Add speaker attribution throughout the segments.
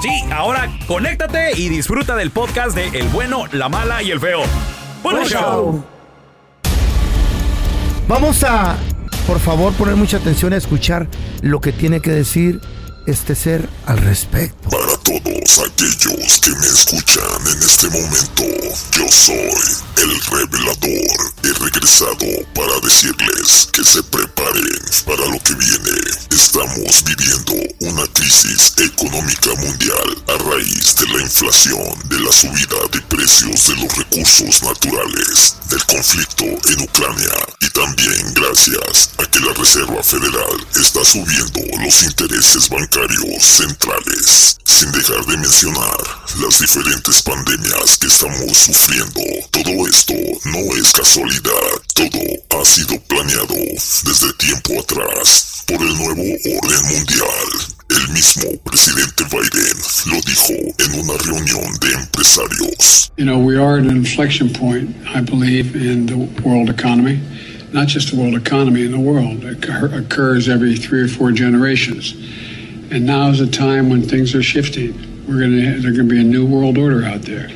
Speaker 1: Sí, ahora conéctate y disfruta del podcast de El bueno, la mala y el feo. Buen
Speaker 2: Buen
Speaker 1: show.
Speaker 2: show. Vamos a, por favor, poner mucha atención a escuchar lo que tiene que decir este ser al respecto.
Speaker 3: Para todos aquellos que me escuchan en este momento, yo soy el revelador. He regresado para decirles que se preparen para lo que viene. Estamos viviendo una crisis económica mundial a raíz de la inflación, de la subida de precios de los recursos naturales, del conflicto en Ucrania y también gracias a que la Reserva Federal está subiendo los intereses bancarios centrales, sin dejar de mencionar las diferentes pandemias que estamos sufriendo. Todo esto no es casualidad, todo ha sido planeado desde tiempo atrás por el nuevo orden mundial. El mismo presidente Biden lo dijo en una reunión de empresarios.
Speaker 4: You know, we are at an inflection point, I believe, in the world economy. Not just the world economy, in the world. It occur- occurs every three or four generations. And now is a time when things are shifting. We're going to, there's going to be a new world order out there.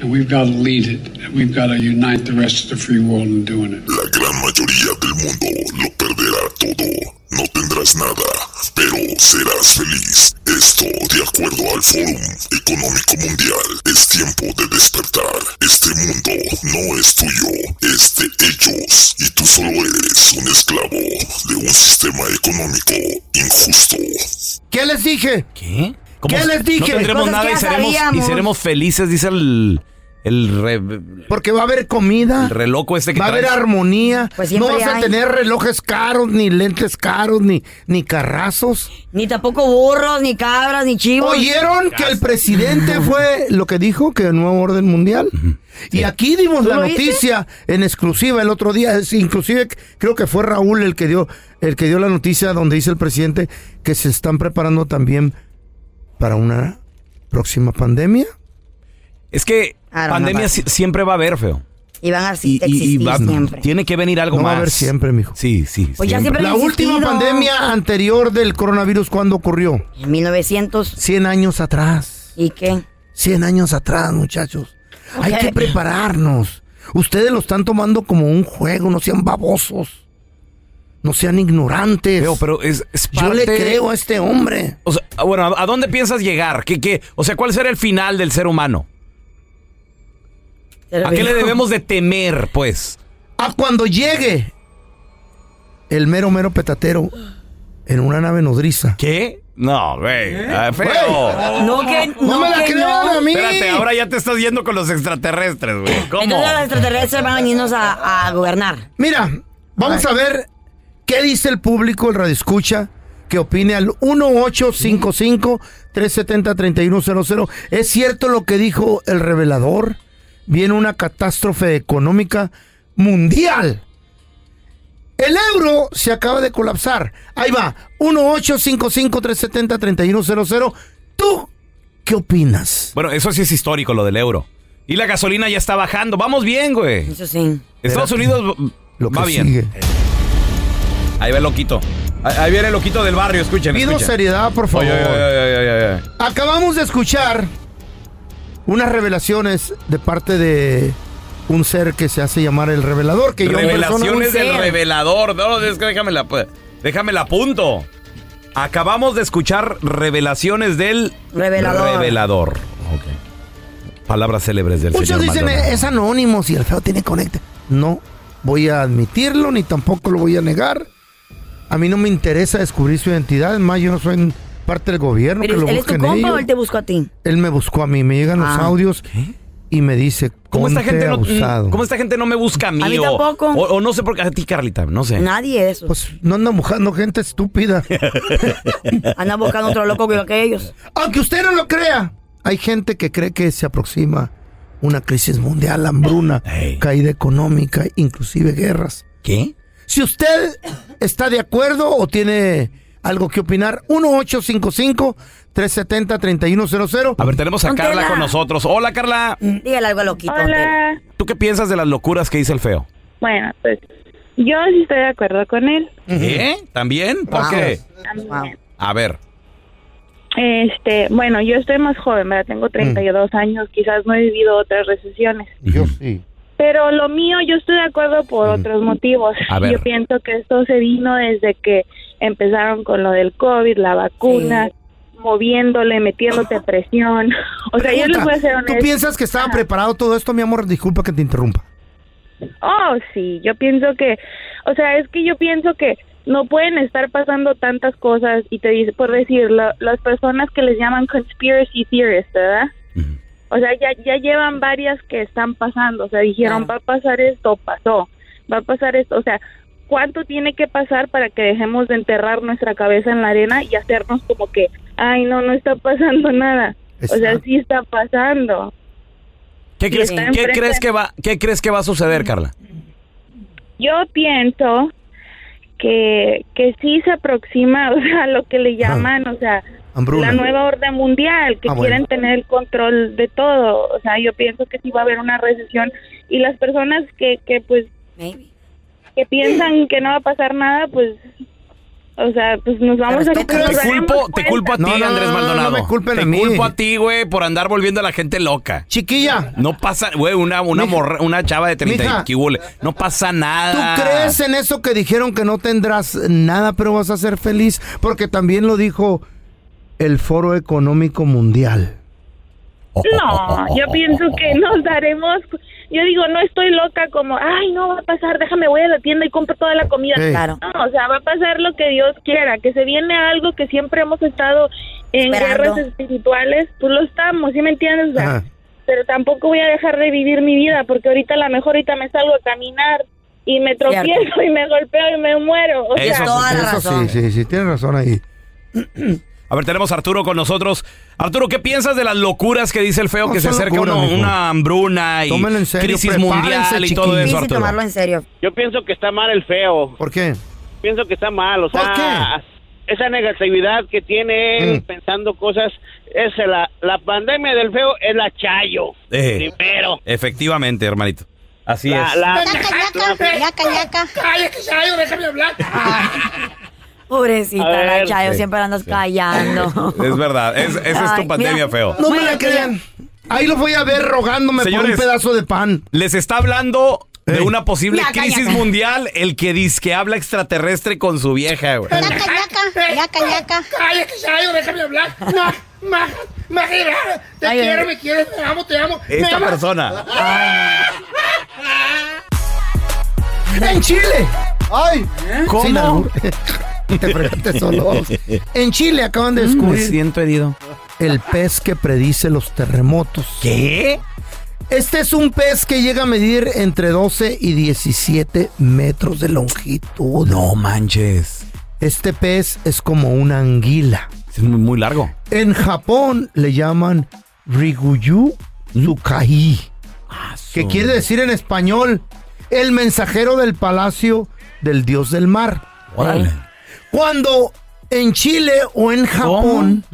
Speaker 4: And we've got to lead it. And we've got to unite the rest of the free world in doing it.
Speaker 3: La gran mayoría del mundo lo perderá todo. No tendrás nada, pero serás feliz. Esto, de acuerdo al Fórum Económico Mundial, es tiempo de despertar. Este mundo no es tuyo, es de ellos, y tú solo eres un esclavo de un sistema económico injusto.
Speaker 2: ¿Qué les dije?
Speaker 1: ¿Qué?
Speaker 2: ¿Qué les dije?
Speaker 1: No tendremos
Speaker 5: Cosas
Speaker 1: nada
Speaker 5: que
Speaker 1: y
Speaker 5: ya
Speaker 1: seremos, y
Speaker 5: sabíamos.
Speaker 1: seremos felices, dice el, el, re-
Speaker 2: Porque va a haber comida.
Speaker 1: el reloco este que
Speaker 2: Va a haber
Speaker 1: traes.
Speaker 2: armonía.
Speaker 5: Pues
Speaker 2: no
Speaker 5: siempre
Speaker 2: vas a
Speaker 5: hay.
Speaker 2: tener relojes caros, ni lentes caros, ni, ni carrazos.
Speaker 5: Ni tampoco burros, ni cabras, ni chivos.
Speaker 2: ¿Oyeron que el presidente fue lo que dijo, que el nuevo orden mundial? Y aquí dimos
Speaker 5: ¿Tú
Speaker 2: la
Speaker 5: lo viste?
Speaker 2: noticia en exclusiva el otro día, es, inclusive creo que fue Raúl el que dio el que dio la noticia donde dice el presidente que se están preparando también para una próxima pandemia.
Speaker 1: Es que
Speaker 5: don't know
Speaker 1: pandemia
Speaker 5: about
Speaker 1: si- siempre va a haber, feo.
Speaker 5: Y van a así-
Speaker 1: Y, y- y
Speaker 5: existir
Speaker 1: va-
Speaker 5: siempre.
Speaker 1: tiene que venir algo
Speaker 2: No
Speaker 1: más.
Speaker 2: va a haber siempre, mijo.
Speaker 1: Sí, sí.
Speaker 5: Pues ya siempre
Speaker 2: La
Speaker 5: han
Speaker 2: última
Speaker 5: existido.
Speaker 2: pandemia anterior del coronavirus ¿cuándo ocurrió?
Speaker 5: En 1900.
Speaker 2: 100 años atrás.
Speaker 5: ¿Y qué?
Speaker 2: 100 años atrás, muchachos. Hay
Speaker 5: Ok.
Speaker 2: que prepararnos. Ustedes lo están tomando como un juego, no sean babosos. No sean ignorantes.
Speaker 1: Feo, pero es, es
Speaker 2: Yo le
Speaker 1: parte-
Speaker 2: creo a este hombre.
Speaker 1: O sea, ah, bueno, ¿a- ¿a dónde piensas llegar? ¿Qué, qué? O sea, ¿cuál será el final del ser humano? ¿A qué le debemos de temer, pues?
Speaker 2: A cuando llegue el mero mero petatero en una nave nodriza.
Speaker 1: ¿Qué? No, güey. ah, feo.
Speaker 5: No, que no.
Speaker 2: No, me la
Speaker 5: que
Speaker 2: crean
Speaker 5: no.
Speaker 2: a mí.
Speaker 1: Espérate, ahora ya te estás yendo con los extraterrestres, güey. ¿Cómo?
Speaker 5: Entonces los extraterrestres van a venirnos a, a gobernar.
Speaker 2: Mira, vamos a ver qué dice el público, el radio escucha, que opine al 1855-370-3100. ¿Es cierto lo que dijo el revelador? Viene una catástrofe económica mundial. El euro se acaba de colapsar. Ahí va, 1855-370-3100. ¿Tú qué opinas?
Speaker 1: Bueno, eso sí es histórico, lo del euro. Y la gasolina ya está bajando. Vamos bien, güey.
Speaker 5: Eso sí.
Speaker 1: Estados Unidos
Speaker 2: Lo que
Speaker 1: va bien.
Speaker 2: sigue.
Speaker 1: Ahí va el loquito. Ahí, ahí viene el loquito del barrio, escuchen.
Speaker 2: Pido
Speaker 1: escuchen.
Speaker 2: seriedad, por favor.
Speaker 1: Oye, oye, oye, oye, oye, oye.
Speaker 2: Acabamos de escuchar unas revelaciones de parte de un ser que se hace llamar el revelador, que yo en persona-
Speaker 1: Revelaciones
Speaker 5: un
Speaker 1: del
Speaker 5: ser.
Speaker 1: revelador. No, es que déjame la, pues, déjame la punto. Acabamos de escuchar revelaciones del
Speaker 5: Revelador.
Speaker 1: revelador. Ok. Palabras célebres del
Speaker 2: Muchos
Speaker 1: señor
Speaker 2: dicen eh,
Speaker 1: Maldonado.
Speaker 2: es anónimo si el feo tiene conecte. No voy a admitirlo ni tampoco lo voy a negar. A mí no me interesa descubrir su identidad, es más yo no soy en parte del gobierno
Speaker 5: Pero
Speaker 2: que lo
Speaker 5: él es tu
Speaker 2: busquen
Speaker 5: compa
Speaker 2: ellos.
Speaker 5: o él te buscó a ti.
Speaker 2: Él me buscó a mí, me llegan los
Speaker 5: Ah.
Speaker 2: audios y me dice,
Speaker 1: ¿Cómo esta, gente no,
Speaker 2: abusado.
Speaker 1: ¿Cómo esta gente no me busca a mí?
Speaker 5: A mí
Speaker 1: o,
Speaker 5: tampoco.
Speaker 1: O, o no sé por qué. A ti, Carlita, no sé.
Speaker 5: Nadie eso.
Speaker 2: Pues no andan buscando gente estúpida.
Speaker 5: Andan buscando otro loco que que ellos.
Speaker 2: Aunque usted no lo crea, hay gente que cree que se aproxima una crisis mundial, hambruna,
Speaker 1: Ey.
Speaker 2: caída económica, inclusive guerras.
Speaker 1: ¿Qué?
Speaker 2: Si usted está de acuerdo o tiene algo que opinar, 1-855-370-3100.
Speaker 1: A ver, tenemos a
Speaker 5: Don
Speaker 1: Carla
Speaker 5: Tela.
Speaker 1: con nosotros. Hola, Carla.
Speaker 5: Dígale algo a loquito. Antela.
Speaker 6: Hola.
Speaker 1: ¿Tú qué piensas de las locuras que dice el feo?
Speaker 6: Bueno, pues yo sí estoy de acuerdo con él.
Speaker 1: ¿Eh? ¿También? ¿Por
Speaker 5: Wow.
Speaker 1: qué?
Speaker 5: Wow.
Speaker 1: A ver.
Speaker 6: Este, bueno, yo estoy más joven, ¿verdad? Tengo 32 años, quizás no he vivido otras recesiones.
Speaker 2: Yo sí.
Speaker 6: Pero lo mío, yo estoy de acuerdo por otros motivos.
Speaker 1: A ver.
Speaker 6: Yo pienso que esto se vino desde que empezaron con lo del COVID, la vacuna, moviéndole, metiéndote presión. O sea, yo les voy a ser
Speaker 2: ¿Tú
Speaker 6: honesta.
Speaker 2: piensas que estaba preparado todo esto, mi amor? Disculpa que te interrumpa.
Speaker 6: Oh, sí, yo pienso que, o sea, es que yo pienso que no pueden estar pasando tantas cosas y te dice, por decirlo, las personas que les llaman conspiracy theorists, ¿verdad? O sea, ya, ya llevan varias que están pasando, o sea, dijeron,
Speaker 5: Claro.
Speaker 6: va a pasar esto, pasó, va a pasar esto, o sea, ¿cuánto tiene que pasar para que dejemos de enterrar nuestra cabeza en la arena y hacernos como que, ay, no, no está pasando nada? O sea,
Speaker 2: Exacto.
Speaker 6: sí está pasando.
Speaker 1: ¿Qué crees,
Speaker 6: está
Speaker 1: qué
Speaker 6: enfrente.
Speaker 1: crees que va, ¿Qué crees que va a suceder, Carla?
Speaker 6: Yo pienso que, que sí se aproxima o sea, a lo que le llaman, o sea,
Speaker 2: Hambruna.
Speaker 6: la nueva orden mundial, que
Speaker 2: Ah, bueno.
Speaker 6: quieren tener el control de todo. O sea, yo pienso que sí va a haber una recesión y las personas que, que pues
Speaker 5: Maybe.
Speaker 6: que piensan que no va a pasar nada, pues, o sea, pues nos vamos a...
Speaker 5: Pero tú crees-
Speaker 1: Te
Speaker 6: nos
Speaker 1: culpo,
Speaker 6: daremos
Speaker 1: te
Speaker 6: cuenta.
Speaker 1: culpo a ti,
Speaker 2: No, no, no,
Speaker 1: Andrés
Speaker 2: no, no,
Speaker 1: Maldonado.
Speaker 2: no me culpen
Speaker 1: te
Speaker 2: a mí.
Speaker 1: culpo a ti, güey, por andar volviendo a la gente loca.
Speaker 2: Chiquilla,
Speaker 1: No pasa, güey, una, una,
Speaker 2: Mija.
Speaker 1: morra- una chava de 30 y
Speaker 2: Mija.
Speaker 1: quibule. No pasa
Speaker 2: ¿tú
Speaker 1: nada.
Speaker 2: crees en eso que dijeron que no tendrás nada, pero vas a ser feliz? Porque también lo dijo el Foro Económico Mundial.
Speaker 6: No, yo pienso que nos daremos... Yo digo, no estoy loca como, ay, no va a pasar, déjame, voy a la tienda y compro toda la comida.
Speaker 2: Ey.
Speaker 5: Claro.
Speaker 6: No, o sea, va a pasar lo que Dios quiera, que se viene algo que siempre hemos estado en
Speaker 5: Esperando.
Speaker 6: guerras espirituales, pues lo estamos, ¿sí me entiendes? O sea,
Speaker 2: Ajá.
Speaker 6: Pero tampoco voy a dejar de vivir mi vida, porque ahorita a lo mejor ahorita me salgo a caminar y me
Speaker 5: Cierto.
Speaker 6: tropiezo y me golpeo y me muero. O
Speaker 1: Eso
Speaker 6: sea,
Speaker 1: sí.
Speaker 5: Toda la
Speaker 2: Eso
Speaker 5: razón.
Speaker 2: sí, sí, sí, tienes razón ahí.
Speaker 1: A ver, tenemos a Arturo con nosotros. Arturo, ¿qué piensas de las locuras que dice el feo
Speaker 2: No
Speaker 1: que se
Speaker 2: son
Speaker 1: acerca
Speaker 2: locuras,
Speaker 1: uno-
Speaker 2: mijo.
Speaker 1: una hambruna y
Speaker 2: Tómenlo en serio,
Speaker 1: crisis
Speaker 2: prepárense,
Speaker 1: mundial y todo
Speaker 2: chiquillos.
Speaker 1: eso,
Speaker 5: Difícil
Speaker 1: Arturo?
Speaker 5: tomarlo en serio.
Speaker 7: Yo pienso que está mal el feo.
Speaker 2: ¿Por qué?
Speaker 7: Pienso que está mal. O
Speaker 2: ¿Por
Speaker 7: sea, esa negatividad que tiene él
Speaker 2: Mm.
Speaker 7: pensando cosas. Es la, la pandemia del feo es la chayo.
Speaker 1: Eh.
Speaker 7: Primero.
Speaker 1: Efectivamente, hermanito. Así
Speaker 7: La,
Speaker 1: es.
Speaker 7: la-
Speaker 5: Pobrecita,
Speaker 7: A ver.
Speaker 5: la Chayo, siempre la andas callando.
Speaker 1: Es verdad. Es, esa es
Speaker 5: Ay,
Speaker 1: tu pandemia,
Speaker 5: mira.
Speaker 1: feo.
Speaker 2: No me la crean. Ahí lo voy a ver rogándome por
Speaker 1: Señores.
Speaker 2: un pedazo de pan.
Speaker 1: Les está hablando de
Speaker 2: Ey.
Speaker 1: una posible
Speaker 5: Ya, cállate.
Speaker 1: crisis mundial el que dice que habla extraterrestre con su vieja, güey.
Speaker 5: Te quiero, mi
Speaker 1: Esta persona.
Speaker 2: ¡En Chile! ¡Ay! Sin
Speaker 1: ¿Cómo?
Speaker 2: albur. Te fregaste solo. En Chile acaban de
Speaker 1: Me
Speaker 2: descubrir
Speaker 1: siento herido.
Speaker 2: el pez que predice los terremotos.
Speaker 1: ¿Qué?
Speaker 2: Este es un pez que llega a medir entre 12 y 17 metros de longitud.
Speaker 1: No manches.
Speaker 2: Este pez es como una anguila.
Speaker 1: Es muy, muy largo.
Speaker 2: En Japón le llaman Riguyu
Speaker 1: ¿Mm?
Speaker 2: Tsukai,
Speaker 1: Ah,
Speaker 2: que quiere decir en español el mensajero del palacio del dios del mar.
Speaker 1: Órale.
Speaker 2: Cuando en Chile o en Japón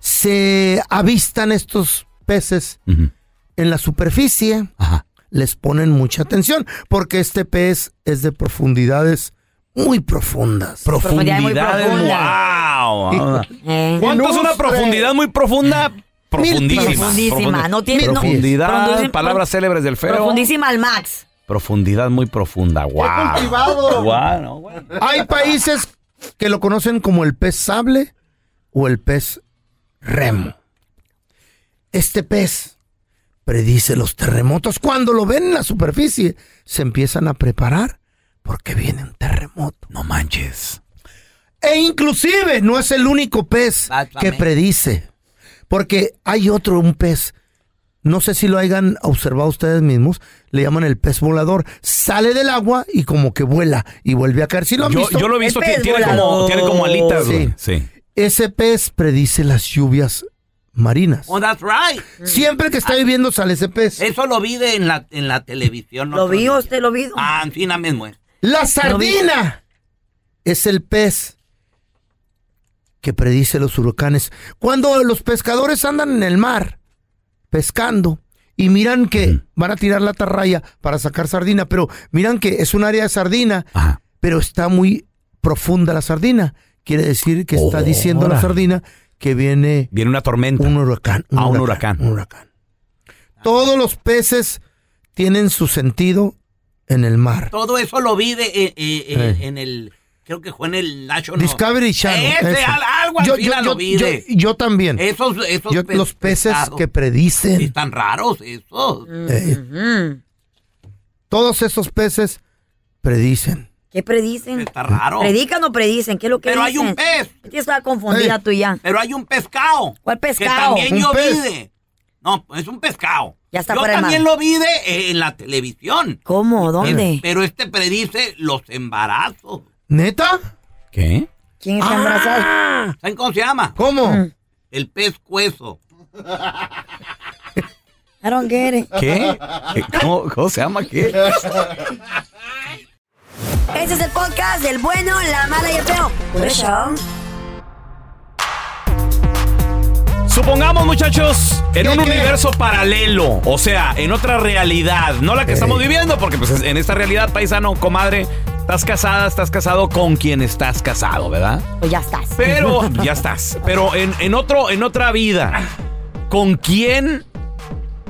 Speaker 2: se avistan estos peces
Speaker 1: Ujú.
Speaker 2: en la superficie,
Speaker 1: Ajá.
Speaker 2: les ponen mucha atención, porque este pez es de profundidades muy profundas.
Speaker 5: Profundidad muy
Speaker 1: Profundidades.
Speaker 5: profunda.
Speaker 1: Wow.
Speaker 5: Eh,
Speaker 1: ¿Cuánto es
Speaker 2: Ah. Ilustre.
Speaker 1: una profundidad muy profunda? Profundísima.
Speaker 5: Profundísima. No tiene, no-
Speaker 8: Ah,
Speaker 1: Profundidad,
Speaker 5: Profundísima-
Speaker 1: palabras célebres del feo.
Speaker 5: Profundísima al max.
Speaker 1: Profundidad muy profunda. Wow.
Speaker 2: Ah. Privado.
Speaker 1: Wow, no, güey.
Speaker 2: Hay países que lo conocen como el pez sable o el pez remo. Este pez predice los terremotos. Cuando lo ven en la superficie, se empiezan a preparar porque viene un terremoto.
Speaker 1: No manches.
Speaker 2: E inclusive no es el único pez que predice. Porque hay otro, un pez no sé si lo hayan observado ustedes mismos, le llaman el pez volador. Sale del agua y como que vuela y vuelve a caer. ¿Sí lo han
Speaker 1: yo,
Speaker 2: visto?
Speaker 1: yo lo he visto,
Speaker 5: El
Speaker 8: Este
Speaker 1: ti-
Speaker 5: pez
Speaker 1: tiene como,
Speaker 5: volador.
Speaker 1: tiene como alitas,
Speaker 2: Sí.
Speaker 1: güey. Sí.
Speaker 2: Ese pez predice las lluvias marinas.
Speaker 8: Oh, that's right. Ah.
Speaker 2: Siempre que está viviendo sale ese pez.
Speaker 8: Eso lo vi de en, la, en la televisión.
Speaker 5: Lo
Speaker 8: otro
Speaker 5: vi,
Speaker 8: día.
Speaker 5: usted lo vi.
Speaker 8: Ah, en China mismo. es.
Speaker 2: La sardina es el pez que predice los huracanes. Cuando los pescadores andan en el mar pescando y miran que van a tirar la tarraya para sacar sardina, pero miran que es un área de sardina,
Speaker 1: Ajá.
Speaker 2: pero está muy profunda la sardina. Quiere decir que está
Speaker 1: Oh,
Speaker 2: diciendo la
Speaker 1: órale.
Speaker 2: sardina que viene
Speaker 1: Viene una tormenta.
Speaker 2: un huracán.
Speaker 1: Ah, un huracán.
Speaker 2: Un huracán. Todos los peces tienen su sentido en el mar.
Speaker 8: Todo eso lo vi de, eh, eh, eh,
Speaker 2: Eh.
Speaker 8: en el. Creo que fue en el National.
Speaker 2: Discovery Channel.
Speaker 8: Ese,
Speaker 2: eso.
Speaker 8: al- algo así la lo vi
Speaker 2: yo-
Speaker 8: de-
Speaker 2: yo también.
Speaker 8: Esos, esos
Speaker 2: Yo-
Speaker 8: pe-
Speaker 2: los peces
Speaker 8: pescados.
Speaker 2: que predicen.
Speaker 8: Están raros esos.
Speaker 5: Mm.
Speaker 2: eh, Todos esos peces predicen.
Speaker 5: ¿Qué predicen?
Speaker 8: Está raro.
Speaker 5: ¿Predican o predicen? ¿Qué es lo que
Speaker 8: Pero hay
Speaker 5: dicen?
Speaker 8: un pez.
Speaker 5: Tienes toda confundida
Speaker 2: Ey.
Speaker 5: tú ya.
Speaker 8: Pero hay un pescado.
Speaker 5: ¿Cuál
Speaker 8: Que
Speaker 5: pescado?
Speaker 8: también
Speaker 2: Un
Speaker 8: yo
Speaker 2: pez.
Speaker 8: vi de. No, es un pescado.
Speaker 5: Ya está
Speaker 8: yo
Speaker 5: fuera del mar.
Speaker 8: también lo vi de, eh, en la televisión.
Speaker 5: ¿Cómo?
Speaker 8: Eh,
Speaker 5: ¿Dónde?
Speaker 8: Pero este predice los embarazos.
Speaker 2: ¿Neta? Ah,
Speaker 1: ¿Qué?
Speaker 5: ¿Quién está embarazado?
Speaker 8: ¿Saben cómo se llama?
Speaker 2: ¿Cómo?
Speaker 5: Mm.
Speaker 8: El pez cueso.
Speaker 5: I don't get it.
Speaker 1: ¿Qué? ¿Qué? ¿Cómo, cómo se llama? ¿Qué?
Speaker 5: Este es el podcast del bueno, la mala y el feo. Por eso.
Speaker 1: Supongamos, muchachos, en
Speaker 2: ¿Qué,
Speaker 1: un
Speaker 2: qué?
Speaker 1: universo paralelo, o sea, en otra realidad, no la que estamos viviendo, porque pues en esta realidad, paisano, comadre, estás casada, estás casado con quien estás casado, ¿verdad?
Speaker 5: Pues ya estás.
Speaker 1: Pero ya estás. Pero en, en otro, en otra vida, ¿con quién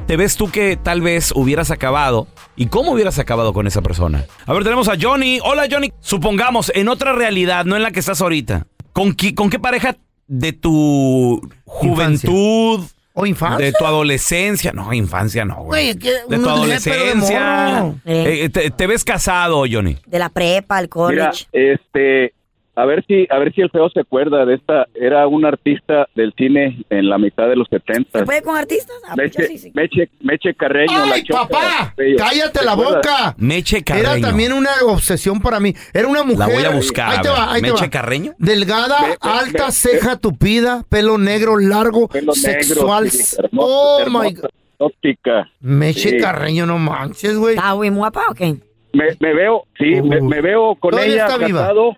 Speaker 1: te ves tú que tal vez hubieras acabado? ¿Y cómo hubieras acabado con esa persona? A ver, tenemos a Johnny. Hola, Johnny. Supongamos, en otra realidad, no en la que estás ahorita. ¿Con, qui- con qué pareja de tu juventud?
Speaker 2: ¿O infancia?
Speaker 1: De tu adolescencia. No, infancia no, güey.
Speaker 2: Güey, que
Speaker 1: De tu
Speaker 2: uno le pega de
Speaker 1: adolescencia.
Speaker 2: morro.
Speaker 1: Eh, eh, te, te ves casado, Johnny.
Speaker 5: De la prepa,
Speaker 9: Mira,
Speaker 5: el college.
Speaker 9: este, a ver si, a ver si el feo se acuerda de esta. Era un artista del cine en la mitad de los 70.
Speaker 5: ¿Se puede con artistas? Ah, pues yo sí,
Speaker 9: Meche,
Speaker 5: sí.
Speaker 9: Meche, Meche Carreño. la
Speaker 2: ¡Ay,
Speaker 9: Choca
Speaker 2: papá!
Speaker 9: Bello.
Speaker 2: ¡Cállate
Speaker 9: ¿Te
Speaker 2: la
Speaker 9: acuerdas?
Speaker 2: boca!
Speaker 1: Meche Carreño.
Speaker 2: Era también una obsesión para mí. Era una mujer.
Speaker 1: La voy a buscar,
Speaker 2: Ahí te
Speaker 1: a ver.
Speaker 2: va, ahí te
Speaker 1: ¿Meche
Speaker 2: va.
Speaker 1: Carreño?
Speaker 2: Delgada,
Speaker 9: Ve, ve,
Speaker 2: alta,
Speaker 9: ve,
Speaker 2: ceja tupida, pelo negro, largo,
Speaker 9: Pelo negro,
Speaker 2: sexual.
Speaker 9: sí,
Speaker 2: oh
Speaker 9: hermosa,
Speaker 2: my
Speaker 9: hermosa,
Speaker 2: god.
Speaker 9: Tóxica.
Speaker 2: Meche
Speaker 9: Sí.
Speaker 2: Carreño, no manches, güey.
Speaker 5: ¿Está muy Ah, guapa o qué?
Speaker 9: Me, me veo, sí,
Speaker 2: Uh.
Speaker 9: me, me veo con
Speaker 2: Todavía
Speaker 9: ella
Speaker 2: está viva.
Speaker 9: casado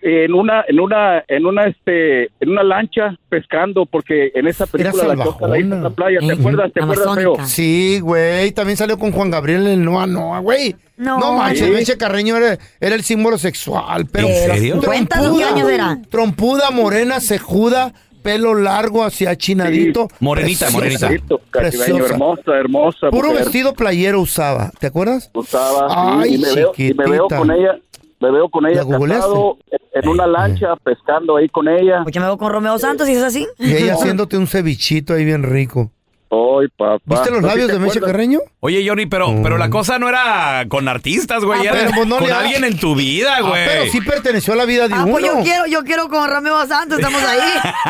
Speaker 9: en una, en una, en una, este, en una lancha pescando, porque en esa película la choca la hizo en
Speaker 2: salvajona.
Speaker 9: la playa. ¿Te
Speaker 2: Ujú.
Speaker 9: acuerdas? ¿Te acuerdas,
Speaker 5: Amazónica.
Speaker 9: feo?
Speaker 2: Sí, güey. También salió con Juan Gabriel en el Noa Noa, güey. No,
Speaker 5: No.
Speaker 2: manches,
Speaker 9: Sí.
Speaker 2: Meche Carreño era, era el símbolo sexual. Pero
Speaker 1: ¿En serio?
Speaker 5: Cuéntanos qué años era.
Speaker 2: Trompuda, morena, cejuda, pelo largo hacia chinadito.
Speaker 9: Sí.
Speaker 1: Morenita, morenita.
Speaker 9: Carito, caribeño,
Speaker 2: Preciosa.
Speaker 9: hermosa, hermosa.
Speaker 2: Puro
Speaker 9: mujer.
Speaker 2: vestido playero usaba, ¿te acuerdas?
Speaker 9: Gustaba,
Speaker 2: Ay,
Speaker 9: y me veo, y me veo
Speaker 2: chiquitita.
Speaker 9: con ella, me veo con ella
Speaker 2: ¿La googleaste?
Speaker 9: casado en en una
Speaker 1: Eh,
Speaker 9: lancha pescando ahí con ella. Eh,
Speaker 5: Pues yo me voy con Romeo Santos y es así. Pues
Speaker 2: Y ella haciéndote un cevichito ahí bien rico.
Speaker 9: Ay, papá.
Speaker 2: ¿Viste los
Speaker 9: ¿No
Speaker 2: labios
Speaker 9: te
Speaker 2: de Meche
Speaker 9: acuerdas?
Speaker 2: Carreño?
Speaker 1: Oye, Johnny, pero, pero la cosa no era con artistas, güey.
Speaker 2: Mm. Ah,
Speaker 1: era
Speaker 2: pero, pues, no
Speaker 1: con
Speaker 2: le ha-
Speaker 1: alguien en tu vida,
Speaker 2: Ah,
Speaker 1: güey.
Speaker 2: pero sí perteneció a la vida de
Speaker 5: Ah, pues yo
Speaker 2: uno.
Speaker 5: quiero, yo quiero con Romeo Santos, estamos ahí.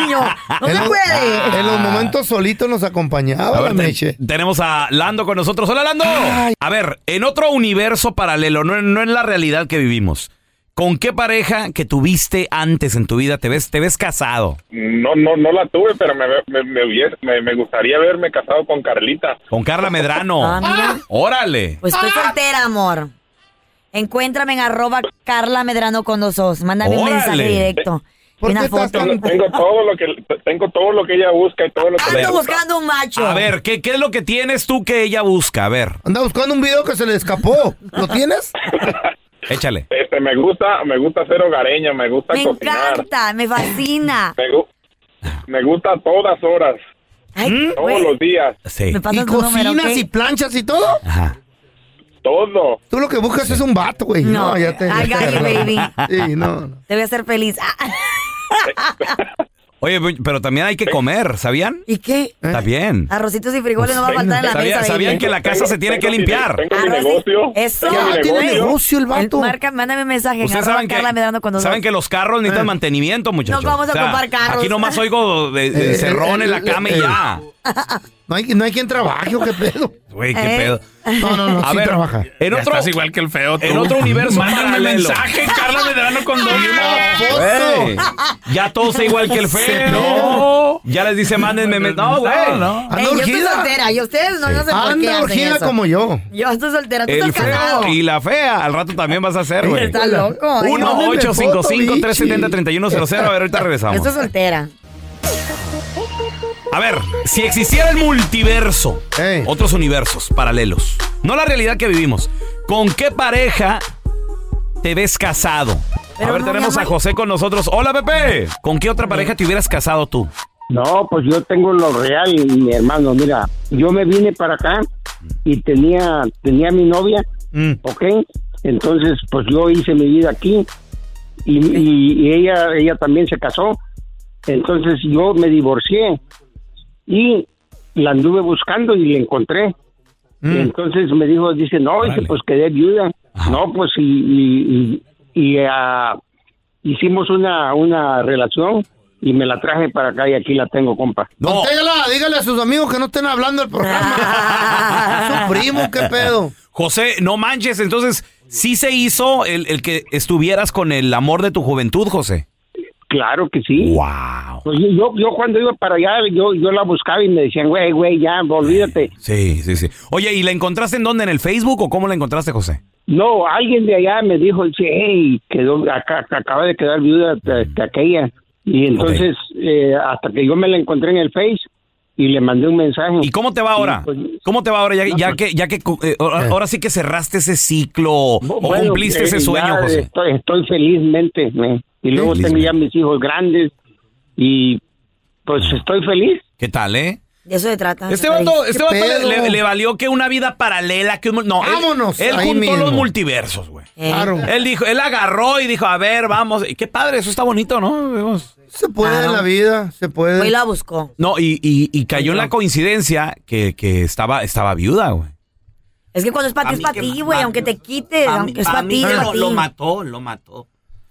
Speaker 5: Niño, no
Speaker 2: En
Speaker 5: se
Speaker 2: los-
Speaker 5: puede.
Speaker 2: En los momentos solitos nos acompañaba la
Speaker 1: A ver, te-
Speaker 2: Meche.
Speaker 1: tenemos a Lando con nosotros. Hola, Lando.
Speaker 2: Ay.
Speaker 1: A ver, en otro universo paralelo, no, no en la realidad que vivimos. ¿Con qué pareja que tuviste antes en tu vida te ves, te ves casado?
Speaker 10: No, no, no la tuve, pero me, me, me hubiese- me- me gustaría haberme casado con Carlita.
Speaker 1: Con Carla Medrano.
Speaker 5: Ah, mira.
Speaker 1: Órale.
Speaker 5: Pues estoy soltera, amor. Encuéntrame en arroba Carla Medrano con dos os. Mándame un
Speaker 1: Órale.
Speaker 5: mensaje directo. Y
Speaker 2: ¿Por
Speaker 5: una
Speaker 2: qué estás
Speaker 5: foto.
Speaker 2: tan-
Speaker 10: Tengo todo lo que tengo todo lo que ella busca y todo lo que
Speaker 5: Ando
Speaker 10: le
Speaker 5: buscando un macho.
Speaker 1: A ver, ¿qué, ¿qué es lo que tienes tú que ella busca? A ver,
Speaker 2: Anda buscando un video que se le escapó. ¿Lo tienes?
Speaker 1: échale.
Speaker 10: este me gusta, me gusta ser hogareña, me gusta
Speaker 5: Me
Speaker 10: cocinar.
Speaker 5: encanta, me fascina.
Speaker 10: Me, gu- me gusta a todas horas,
Speaker 5: Ay,
Speaker 10: todos
Speaker 5: güey,
Speaker 10: los días,
Speaker 1: Sí.
Speaker 5: me pasas
Speaker 2: Y
Speaker 5: tu número,
Speaker 2: cocinas
Speaker 5: ¿ok?
Speaker 2: y planchas y todo.
Speaker 1: Ajá.
Speaker 10: todo.
Speaker 2: Tú lo que buscas es un vato, güey. No,
Speaker 5: No,
Speaker 2: ya te.
Speaker 5: I got you, baby.
Speaker 2: Sí, no. no.
Speaker 5: Te voy a hacer feliz. Ah,
Speaker 1: Oye, pero también hay que comer, ¿sabían?
Speaker 5: ¿Y qué?
Speaker 1: Está bien.
Speaker 5: Arrocitos y frijoles no va a faltar en la
Speaker 1: ¿Sabía-
Speaker 5: mesa. ¿eh?
Speaker 1: sabían
Speaker 5: baby.
Speaker 1: que la casa
Speaker 10: Tengo-
Speaker 1: se tiene
Speaker 10: tengo
Speaker 1: que
Speaker 10: mi-
Speaker 1: limpiar?
Speaker 10: Tengo mi
Speaker 5: Arroz y-
Speaker 10: negocio.
Speaker 5: Eso.
Speaker 10: tengo mi
Speaker 2: Ya tiene
Speaker 10: negocio.
Speaker 2: negocio el
Speaker 5: El-
Speaker 2: vato.
Speaker 5: marca, mándame mensaje. en
Speaker 1: Ustedes
Speaker 5: arroba
Speaker 1: saben que,
Speaker 5: Carla Medrano con dos
Speaker 1: saben
Speaker 5: os.
Speaker 1: que los carros
Speaker 5: Ah.
Speaker 1: necesitan mantenimiento, muchachos.
Speaker 5: Nos vamos a comprar carros.
Speaker 1: Aquí nomás oigo de, de
Speaker 2: Eh,
Speaker 1: cerrón en la
Speaker 2: eh,
Speaker 1: cama
Speaker 2: eh,
Speaker 1: y ya.
Speaker 2: No hay, no hay quien trabaje, ¿o qué pedo?
Speaker 1: Güey, qué
Speaker 5: Eh.
Speaker 1: pedo.
Speaker 2: No, no, no,
Speaker 1: A
Speaker 2: sí
Speaker 1: ver,
Speaker 2: trabaja.
Speaker 1: En
Speaker 11: Ya
Speaker 1: otro,
Speaker 11: estás igual que el feo. tú.
Speaker 1: en otro universo
Speaker 11: Mándame
Speaker 1: paralelo.
Speaker 11: mensaje, Carla Medrano
Speaker 2: Ah,
Speaker 11: con dos.
Speaker 1: Güey, ya todo está igual que el feo.
Speaker 2: No.
Speaker 1: Ya les dice, mándenme. me- No, güey.
Speaker 11: No, no.
Speaker 2: Anda
Speaker 5: Ey, yo estoy
Speaker 2: urgida.
Speaker 5: soltera y ustedes no, no sé por qué
Speaker 2: Anda
Speaker 5: hacen
Speaker 2: urgida
Speaker 5: eso.
Speaker 2: como yo.
Speaker 5: Yo estoy soltera, tú
Speaker 1: El
Speaker 5: estás casado.
Speaker 1: feo y la fea. Al rato también vas a hacer, güey.
Speaker 5: Está loco. ¿eh?
Speaker 2: Uno. Mándenme foto,
Speaker 1: 1-855-370-3100. A ver, ahorita regresamos.
Speaker 5: Estoy soltera.
Speaker 1: A ver, si existiera el multiverso,
Speaker 2: Ey.
Speaker 1: otros universos paralelos, no la realidad que vivimos, ¿con qué pareja te ves casado?
Speaker 5: Pero
Speaker 1: a ver,
Speaker 5: no,
Speaker 1: tenemos
Speaker 5: mi amor.
Speaker 1: a José con nosotros. Hola, Pepe. ¿Con qué otra pareja te hubieras casado tú?
Speaker 7: No, pues yo tengo lo real, mi hermano. Mira, yo me vine para acá y tenía, tenía mi novia,
Speaker 1: Mm.
Speaker 7: ¿ok? Entonces, pues yo hice mi vida aquí y, y- y ella, ella también se casó. Entonces yo me divorcié y la anduve buscando y la encontré.
Speaker 1: Mm.
Speaker 7: Y entonces me dijo, dice, no, dice, pues quedé viuda. No, pues y, y, y- y, ah, hicimos una, una relación y me la traje para acá y aquí la tengo, compa.
Speaker 1: No.
Speaker 2: Dígala, dígale a sus amigos que no estén hablando del programa. Su primo, qué pedo.
Speaker 1: José, no manches. Entonces, sí se hizo el, el que estuvieras con el amor de tu juventud, José.
Speaker 7: Claro que sí.
Speaker 1: ¡Wow!
Speaker 7: Pues yo- yo, yo cuando iba para allá, yo, yo la buscaba y me decían, güey, güey, ya, olvídate.
Speaker 1: Sí, sí, sí. Oye, ¿y la encontraste en dónde? ¿En el Facebook o cómo la encontraste, José?
Speaker 7: No, alguien de allá me dijo, dice, hey, quedó, acá, acaba de quedar viuda de,
Speaker 1: Mm.
Speaker 7: de aquella. Y entonces, eh, hasta que yo me la encontré en el Face y le mandé un mensaje.
Speaker 1: ¿Y cómo te va ahora?
Speaker 7: pues-
Speaker 1: ¿Cómo te va ahora? Ya, ya que, ya que eh, ahora ahora sí que cerraste ese ciclo o
Speaker 7: Bueno,
Speaker 1: Oh, cumpliste
Speaker 7: eh,
Speaker 1: ese sueño,
Speaker 7: ya
Speaker 1: José.
Speaker 7: Estoy, estoy felizmente, me. Y luego tengo ya mis hijos grandes y pues estoy feliz.
Speaker 1: ¿Qué tal, eh?
Speaker 5: De eso se trata.
Speaker 1: Este vato, este vato le,
Speaker 2: pedo?
Speaker 1: le- le valió que una vida paralela, que un, no, él-
Speaker 2: Vámonos,
Speaker 1: él,
Speaker 2: ahí
Speaker 1: juntó
Speaker 2: mismo.
Speaker 1: los multiversos, güey.
Speaker 5: Eh,
Speaker 2: Claro.
Speaker 1: Él dijo, él agarró y dijo, a ver, vamos. Y Qué padre, eso está bonito, ¿no? Vemos.
Speaker 2: Se puede
Speaker 5: Claro.
Speaker 2: en la vida, se
Speaker 5: Hoy
Speaker 2: puede.
Speaker 5: la buscó.
Speaker 1: No, y, y- y cayó en la coincidencia que, que estaba, estaba viuda, güey.
Speaker 5: Es que cuando es para
Speaker 8: A
Speaker 5: ti, es
Speaker 8: mí
Speaker 5: para
Speaker 8: que
Speaker 5: ti,
Speaker 8: ma-
Speaker 5: güey.
Speaker 8: ma-
Speaker 5: Aunque te quite,
Speaker 8: Pa' mí-
Speaker 5: aunque es
Speaker 8: pa'
Speaker 5: para
Speaker 8: mí
Speaker 5: ti,
Speaker 8: que
Speaker 5: es
Speaker 8: lo, lo
Speaker 5: para ti.
Speaker 8: mató, lo mató.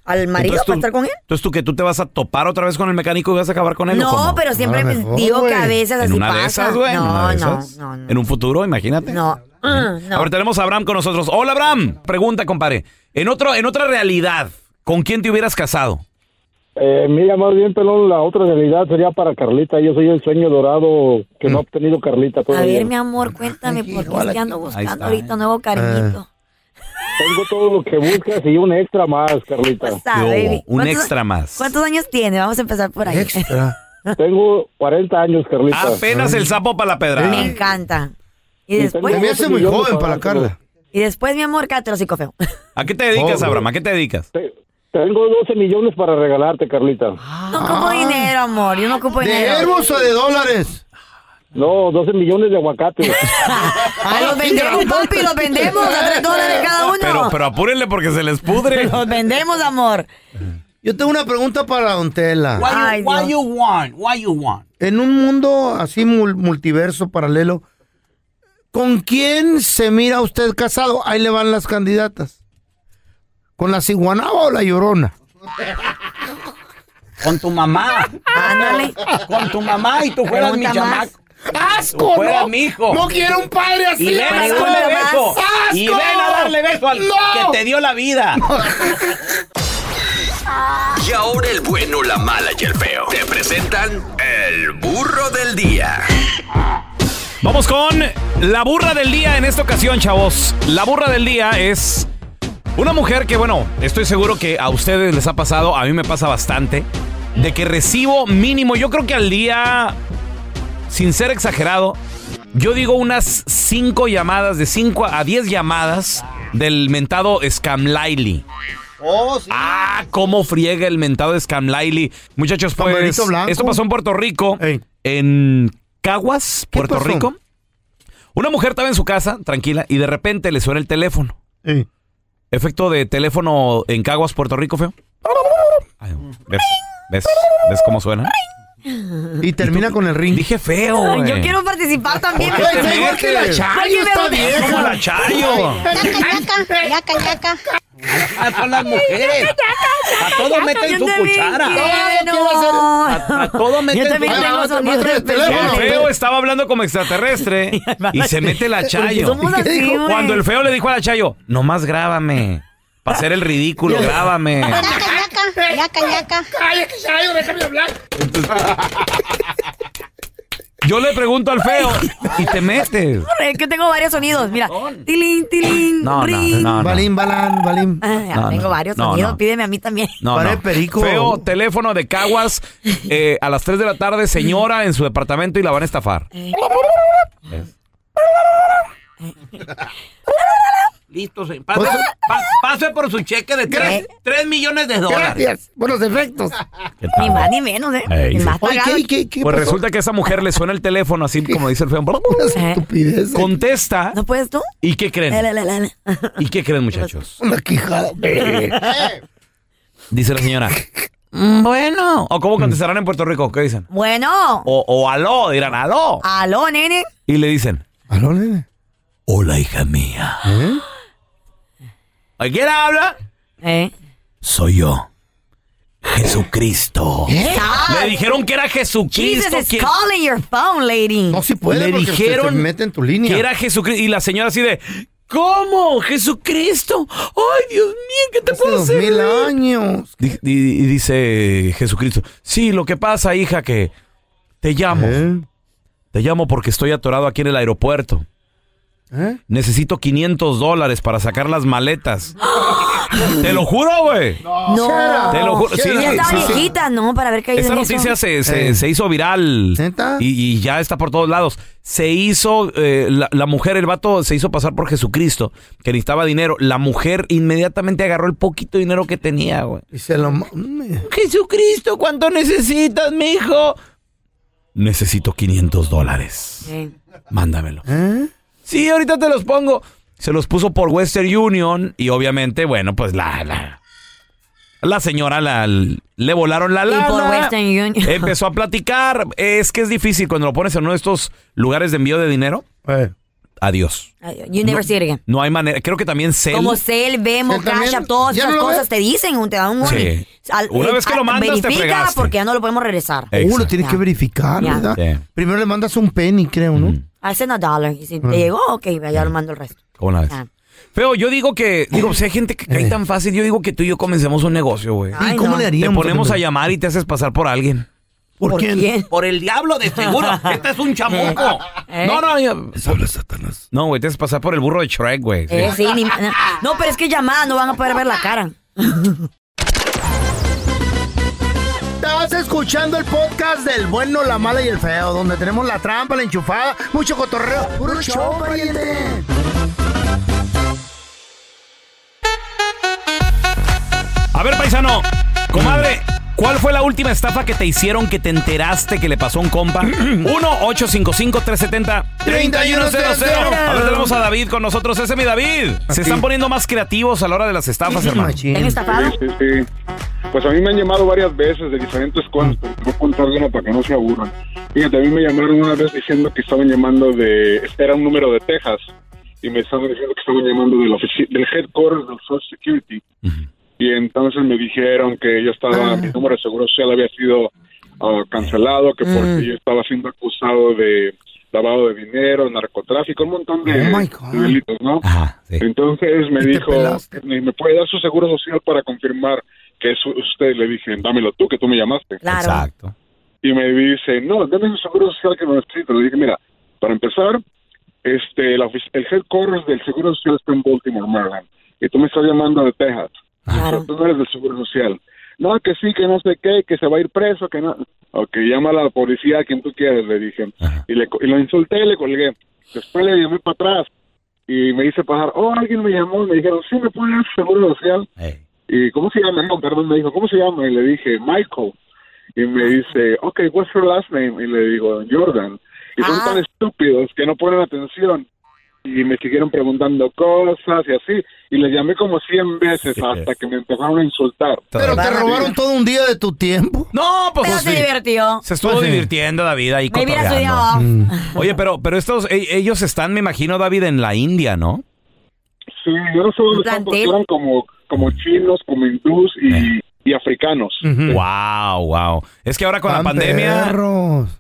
Speaker 5: ¿Al marido
Speaker 1: Entonces tú-
Speaker 5: para estar con él?
Speaker 1: Entonces tú que tú te vas a topar otra vez con el mecánico y vas a acabar con él. ¿o
Speaker 5: No,
Speaker 1: cómo?
Speaker 5: pero siempre
Speaker 2: Ahora mejor,
Speaker 5: digo
Speaker 2: güey.
Speaker 5: que a veces
Speaker 1: En
Speaker 5: así
Speaker 1: una
Speaker 5: pasa.
Speaker 1: de esas, güey. en
Speaker 5: no,
Speaker 1: una de
Speaker 5: no,
Speaker 1: esas.
Speaker 5: no, no.
Speaker 1: En un futuro, imagínate.
Speaker 5: No. Ah, no.
Speaker 1: Ahora tenemos a Abraham con nosotros. Hola, Abraham. Pregunta, compadre. En, otro, en otra realidad, ¿con quién te hubieras casado?
Speaker 9: Eh, mira, más bien, pelón, la otra realidad sería para Carlita. Yo soy el sueño dorado
Speaker 1: Mm.
Speaker 9: que no ha obtenido Carlita
Speaker 5: A
Speaker 9: todavía.
Speaker 5: ver, mi amor, cuéntame, ¿por qué es que ando buscando
Speaker 1: está.
Speaker 5: ahorita un nuevo cariñito?
Speaker 9: Tengo todo lo que buscas y un extra más, Carlita.
Speaker 5: Pasa,
Speaker 1: Yo,
Speaker 5: baby.
Speaker 1: un
Speaker 5: Pues, ¿Cuántos-
Speaker 1: extra más.
Speaker 5: ¿Cuántos años tiene? Vamos a empezar por ahí.
Speaker 2: Extra.
Speaker 9: Tengo 40 años,
Speaker 8: pues,
Speaker 9: Carlita.
Speaker 1: Apenas
Speaker 8: mm.
Speaker 1: el sapo para la
Speaker 5: Me
Speaker 1: pedra.
Speaker 5: encanta. Y
Speaker 9: Y
Speaker 5: después,
Speaker 2: Se me hace muy
Speaker 9: Yo no
Speaker 2: joven
Speaker 9: conozco.
Speaker 2: para Carla.
Speaker 5: y después, mi amor, cállate el hocico feo.
Speaker 1: ¿A qué te dedicas,
Speaker 2: Oh,
Speaker 1: Abraham? ¿A qué te dedicas?
Speaker 9: Te- Tengo 12 millones para regalarte, Carlita.
Speaker 5: No ocupo dinero, amor. Yo no ocupo
Speaker 2: ¿De
Speaker 5: dinero.
Speaker 2: herbos o de dólares?
Speaker 9: No, 12 millones de aguacates.
Speaker 5: Ah, los vendemos, papi, los vendemos a tres dólares cada uno.
Speaker 1: Pero, pero apúrenle porque se les pudre.
Speaker 5: Los vendemos, amor.
Speaker 2: Yo tengo una pregunta para Don Tela.
Speaker 8: Why, you-
Speaker 5: Ay,
Speaker 8: why
Speaker 5: Dios.
Speaker 8: you want? Why you want?
Speaker 2: En un mundo así mul- multiverso paralelo, ¿con quién se mira usted casado? Ahí le van las candidatas. ¿Con la ciguanaba o la llorona?
Speaker 8: Con tu mamá.
Speaker 5: Ándale.
Speaker 8: Con tu mamá y tú fueras mi
Speaker 5: Pregunta más.
Speaker 8: chamaco.
Speaker 2: ¡Asco!
Speaker 8: Fuera
Speaker 2: no!
Speaker 8: mi hijo.
Speaker 2: ¡No quiero un padre así!
Speaker 8: Y ven a
Speaker 5: Pregunta
Speaker 8: darle
Speaker 5: más.
Speaker 8: beso.
Speaker 2: ¡Asco!
Speaker 8: Y ven a darle beso al
Speaker 2: ¡No!
Speaker 8: que te dio la vida.
Speaker 12: Y ahora el bueno, la mala y el feo. Te presentan el burro del día.
Speaker 1: Vamos con la burra del día en esta ocasión, chavos. La burra del día es una mujer que, bueno, estoy seguro que a ustedes les ha pasado, a mí me pasa bastante, de que recibo mínimo, yo creo que al día, sin ser exagerado, yo digo unas 5 llamadas, de 5 a 10 llamadas del mentado Scam Laili. Ah, cómo friega el mentado Scam Laili. Muchachos, pues,
Speaker 2: Sombrerito blanco.
Speaker 1: esto pasó en Puerto Rico,
Speaker 2: Ey.
Speaker 1: en Caguas,
Speaker 2: ¿Qué
Speaker 1: Puerto
Speaker 2: pasó?
Speaker 1: Rico. Una mujer estaba en su casa, tranquila, y de repente le suena el teléfono.
Speaker 2: Eh,
Speaker 1: Efecto de teléfono en Caguas, Puerto Rico, feo. Ay, ¿Ves? ¿Ves? ¿Ves cómo suena?
Speaker 2: Y termina con el ring.
Speaker 1: Dije feo, güey.
Speaker 5: Yo quiero participar también.
Speaker 1: ¿Por qué
Speaker 2: ¡Ay,
Speaker 1: te
Speaker 2: está igual
Speaker 1: metes?
Speaker 2: que la Chayo,
Speaker 5: Porque me-
Speaker 2: esta
Speaker 1: Como
Speaker 2: vieja!
Speaker 1: la Chayo.
Speaker 2: Ay, ay, ay,
Speaker 8: Así son las mujeres. A todo meten su cuchara. A, a todo meten su
Speaker 1: El feo estaba hablando como extraterrestre y se mete la Chayo.
Speaker 8: Somos así,
Speaker 1: ¿Qué dijo?
Speaker 8: güey.
Speaker 1: Cuando el feo le dijo a la Chayo, nomás grábame. Para hacer el ridículo, grábame.
Speaker 13: Yaca, yaca, yaca. Cállate, Chayo, déjame hablar.
Speaker 1: Yo le pregunto al feo y te metes.
Speaker 5: Es que tengo varios sonidos, mira. Tilín, tilín,
Speaker 1: No, no,
Speaker 5: rin.
Speaker 1: no, no. Balín,
Speaker 2: balán, balín.
Speaker 1: No,
Speaker 5: Ah, tengo
Speaker 1: no,
Speaker 5: varios
Speaker 1: no,
Speaker 5: sonidos,
Speaker 1: no.
Speaker 5: pídeme a mí también.
Speaker 1: No, no. Feo, teléfono de Caguas eh, a las 3 de la tarde, señora en su departamento y la van a estafar.
Speaker 8: Listo, se- eh, pase, pa- pase por su cheque de 3, millones de dólares.
Speaker 2: Gracias por los efectos.
Speaker 5: Ni más ni menos, ¿eh?
Speaker 1: Ey,
Speaker 5: Ni
Speaker 1: sí.
Speaker 5: más
Speaker 2: Oye,
Speaker 5: pagado.
Speaker 2: ¿qué- qué- qué
Speaker 1: Pues
Speaker 2: pasó?
Speaker 1: resulta que esa mujer le suena el teléfono así como dice el feo. Contesta.
Speaker 5: ¿No puedes tú?
Speaker 1: ¿Y qué creen?
Speaker 5: Eh. La, la, la, la, la.
Speaker 1: ¿Y qué creen, muchachos?
Speaker 2: Una quijada.
Speaker 1: Dice la señora.
Speaker 5: Mm, Bueno.
Speaker 1: ¿O cómo contestarán en Puerto Rico? ¿Qué dicen?
Speaker 5: Bueno.
Speaker 1: O, o aló, dirán aló.
Speaker 5: Aló, nene.
Speaker 1: Y le dicen.
Speaker 2: Aló, ¿Eh? nene.
Speaker 1: Hola, hija mía. ¿A quién habla?
Speaker 5: Eh.
Speaker 1: Soy yo. Jesucristo.
Speaker 2: ¿Eh?
Speaker 5: Stop.
Speaker 1: Le dijeron que era Jesucristo.
Speaker 5: Jesus is
Speaker 1: quien-
Speaker 5: calling your phone, lady. No
Speaker 2: se
Speaker 1: le dijeron que era Jesucristo. Y la señora así de, ¿cómo? Jesucristo. Ay, Dios mío, ¿qué te puedo
Speaker 2: dos mil años.
Speaker 1: Di- di- Y, dice Jesucristo, sí, lo que pasa, hija, que te llamo. Te llamo porque estoy atorado aquí en el aeropuerto.
Speaker 2: ¿Eh?
Speaker 1: Necesito 500 dólares para sacar las maletas. Te lo juro, güey.
Speaker 5: No.
Speaker 1: Te lo juro. Sí,
Speaker 5: Ella
Speaker 1: sí,
Speaker 5: estaba
Speaker 1: sí.
Speaker 5: viejita, ¿no? Para haber caído
Speaker 1: Esa
Speaker 5: en eso.
Speaker 1: noticia se, se- se hizo viral. Y, y ya está por todos lados. Se hizo, eh, la, la mujer, el vato se hizo pasar por Jesucristo, que necesitaba dinero. La mujer inmediatamente agarró el poquito dinero que tenía, güey.
Speaker 2: Y se lo... ma-
Speaker 1: Jesucristo, ¿cuánto necesitas, mijo? Necesito 500 dólares. Mándamelo.
Speaker 2: ¿Eh?
Speaker 1: Sí, ahorita te los pongo. Se los puso por Western Union y obviamente, bueno, pues la... la la señora la- le volaron la
Speaker 5: Y
Speaker 1: lana.
Speaker 5: por Western Union.
Speaker 1: Empezó a platicar. Es que es difícil cuando lo pones en uno de estos lugares de envío de dinero.
Speaker 8: Eh.
Speaker 1: Adiós.
Speaker 5: Ay, You never
Speaker 1: No.
Speaker 5: see it again.
Speaker 1: No hay manera. Creo que también Cel.
Speaker 5: Como Cel, Vemo,
Speaker 1: Cel también,
Speaker 5: Cash App, todas
Speaker 1: ya
Speaker 5: esas
Speaker 1: no lo
Speaker 5: cosas
Speaker 1: ves.
Speaker 5: te dicen, un- te dan un
Speaker 1: Sí.
Speaker 5: warning.
Speaker 1: Una vez que lo mandas, te
Speaker 5: verifica
Speaker 1: fregaste.
Speaker 5: porque ya no lo podemos regresar.
Speaker 2: Uh, lo tienes que verificar,
Speaker 5: Ya. Mm.
Speaker 2: ¿verdad?
Speaker 1: Sí.
Speaker 2: Primero le mandas un penny, creo, ¿no?
Speaker 5: I sent a dollar. Y si
Speaker 1: Ah.
Speaker 2: Mm.
Speaker 5: te llegó, ok, ya lo mando el resto.
Speaker 1: ¿Cómo la ves?
Speaker 5: Ah.
Speaker 1: Feo, yo digo que, digo, si hay gente que cae tan fácil, yo digo que tú y yo comencemos un negocio, güey.
Speaker 8: Ay, Eh. ¿cómo no. le haríamos?
Speaker 1: Te ponemos a llamar y te haces pasar por alguien.
Speaker 8: ¿Por, quién? Por el diablo, de seguro. Este es un chamuco.
Speaker 5: ¿Eh?
Speaker 1: No, no, yo... Satanás. No, güey, te haces pasar por el burro de Shrek, güey.
Speaker 5: Eh, sí, ni- no, pero es que llamada no van a poder ver la cara.
Speaker 2: Estás escuchando el podcast del bueno, la mala y el feo, donde tenemos la trampa, la enchufada, mucho cotorreo. ¡Puro show, pariente!
Speaker 1: A ver, paisano, comadre, ¿cuál fue la última estafa que te hicieron que te enteraste que le pasó a un compa? 1-855-370-3100. A ver, tenemos a David con nosotros. Ese es mi David. Se están poniendo más creativos a la hora de las estafas, hermano.
Speaker 10: Sí, sí, sí. Pues a mí me han llamado varias veces de diferentes cosas, pero te voy a contar una para que no se aburran. Fíjate, a mí me llamaron una vez diciendo que estaban llamando de... Este era un número de Texas y me estaban diciendo que estaban llamando de la ofici- del headquarters del Social Security. Y entonces me dijeron que yo estaba, mi número de seguro social había sido ah, cancelado, que porque yo estaba siendo acusado de lavado de dinero, narcotráfico, un montón de, de delitos, ¿no? Entonces me dijo, "Ni ¿me puede dar su seguro social para confirmar que es usted? Le dije, dámelo tú, que tú me llamaste.
Speaker 1: Exacto.
Speaker 10: Y me dice, no, dame su seguro social que no necesito. Le dije, mira, para empezar, este, la ofici- el headquarters del seguro social está en Baltimore, Maryland. Y tú me estás llamando de Texas. Pero Tú no eres del seguro social. No, que sí, que no sé qué, que se va a ir preso, que no. Ok, llama a la policía, a quien tú quieras, le dije. Y, le, co- y lo insulté y le colgué. Después le llamé para atrás y me hice pasar, oh, alguien me llamó, me dijeron, sí, me pueden dar su seguro social. Y, ¿cómo se llama? No, perdón, me dijo, ¿cómo se llama? Y le dije, Michael. Y me dice, ok, what's your last name? Y le digo, Jordan. Y son tan estúpidos que no ponen atención. Y me siguieron preguntando cosas y así. Y les llamé como 100 veces hasta que me empezaron a insultar.
Speaker 2: Pero te robaron todo un día de tu tiempo.
Speaker 1: No, pues
Speaker 5: Pero se divirtió.
Speaker 1: Se estuvo divirtiendo David ahí
Speaker 5: Me hubiera subido
Speaker 1: cotorreando. Mm. Oye, pero, pero estos, e- ellos están, me imagino, David, en la India, ¿no?
Speaker 10: Sí, yo no sé dónde están porque eran como, como chinos, como hindús y, y africanos.
Speaker 1: Wow, wow. Eh. Es que ahora con la pandemia.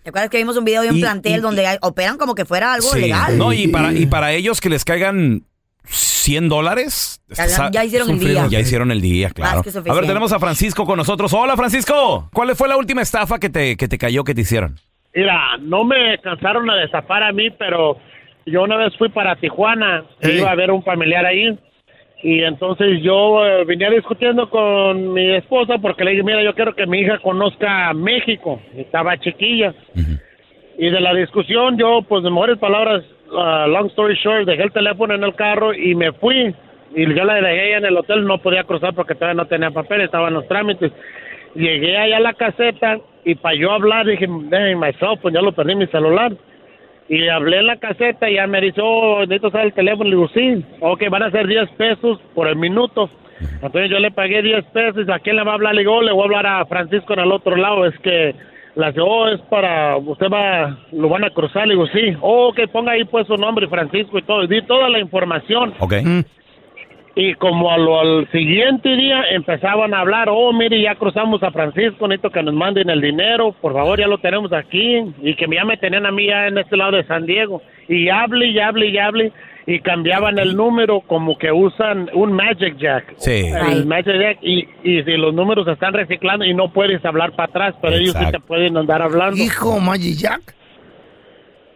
Speaker 5: ¿Te acuerdas que vimos un video de un
Speaker 1: Y-
Speaker 5: plantel donde hay- operan como que fuera algo
Speaker 1: Sí.
Speaker 5: legal?
Speaker 1: No, y para, y para ellos que les caigan 100 dólares.
Speaker 5: Ya-
Speaker 1: está-
Speaker 5: ya hicieron el día.
Speaker 1: Ya hicieron el día, claro.
Speaker 5: que
Speaker 1: A ver,
Speaker 5: suficiente.
Speaker 1: tenemos a Francisco con nosotros. Hola, Francisco. ¿Cuál fue la última estafa que te, que te cayó que te hicieron?
Speaker 14: Mira, no me cansaron de destapar a mí, pero yo una vez fui para Tijuana, iba a ver un familiar ahí, y entonces yo eh, venía discutiendo con mi esposa porque le dije, mira, yo quiero que mi hija conozca México, estaba chiquilla. Y de la discusión yo, pues de mejores palabras, ah, long story short, dejé el teléfono en el carro y me fui. Y ya la dejé allá en el hotel, no podía cruzar porque todavía no tenía papel, estaban los trámites. Llegué allá a la caseta y para yo hablar dije, "Hey, my cell phone, ya lo perdí mi celular. Y hablé en la caseta y ya me dice, oh, necesito usar el teléfono. Le digo, sí, ok, van a ser 10 pesos por el minuto. Entonces yo le pagué 10 pesos. ¿A quién le va a hablar? Le digo, "Oh, le voy a hablar a Francisco en el otro lado. Es que la dice, oh, es para, usted va, lo van a cruzar. Le digo, sí, oh, ok, ponga ahí pues su nombre, Francisco y todo. Y di toda la información.
Speaker 1: Ok.
Speaker 14: Y como a lo- al siguiente día empezaban a hablar, oh, mire, ya cruzamos a Francisco, necesito que nos manden el dinero, por favor, ya lo tenemos aquí, y que ya me tenían a mí ya en este lado de San Diego. Y hable, y hable, y hable, y cambiaban el número como que usan un Magic Jack.
Speaker 1: Sí.
Speaker 14: El Magic Jack, y, y si los números se están reciclando y no puedes hablar para atrás, pero ellos sí
Speaker 1: Exacto.
Speaker 14: te pueden andar hablando.
Speaker 2: Hijo, Magic Jack.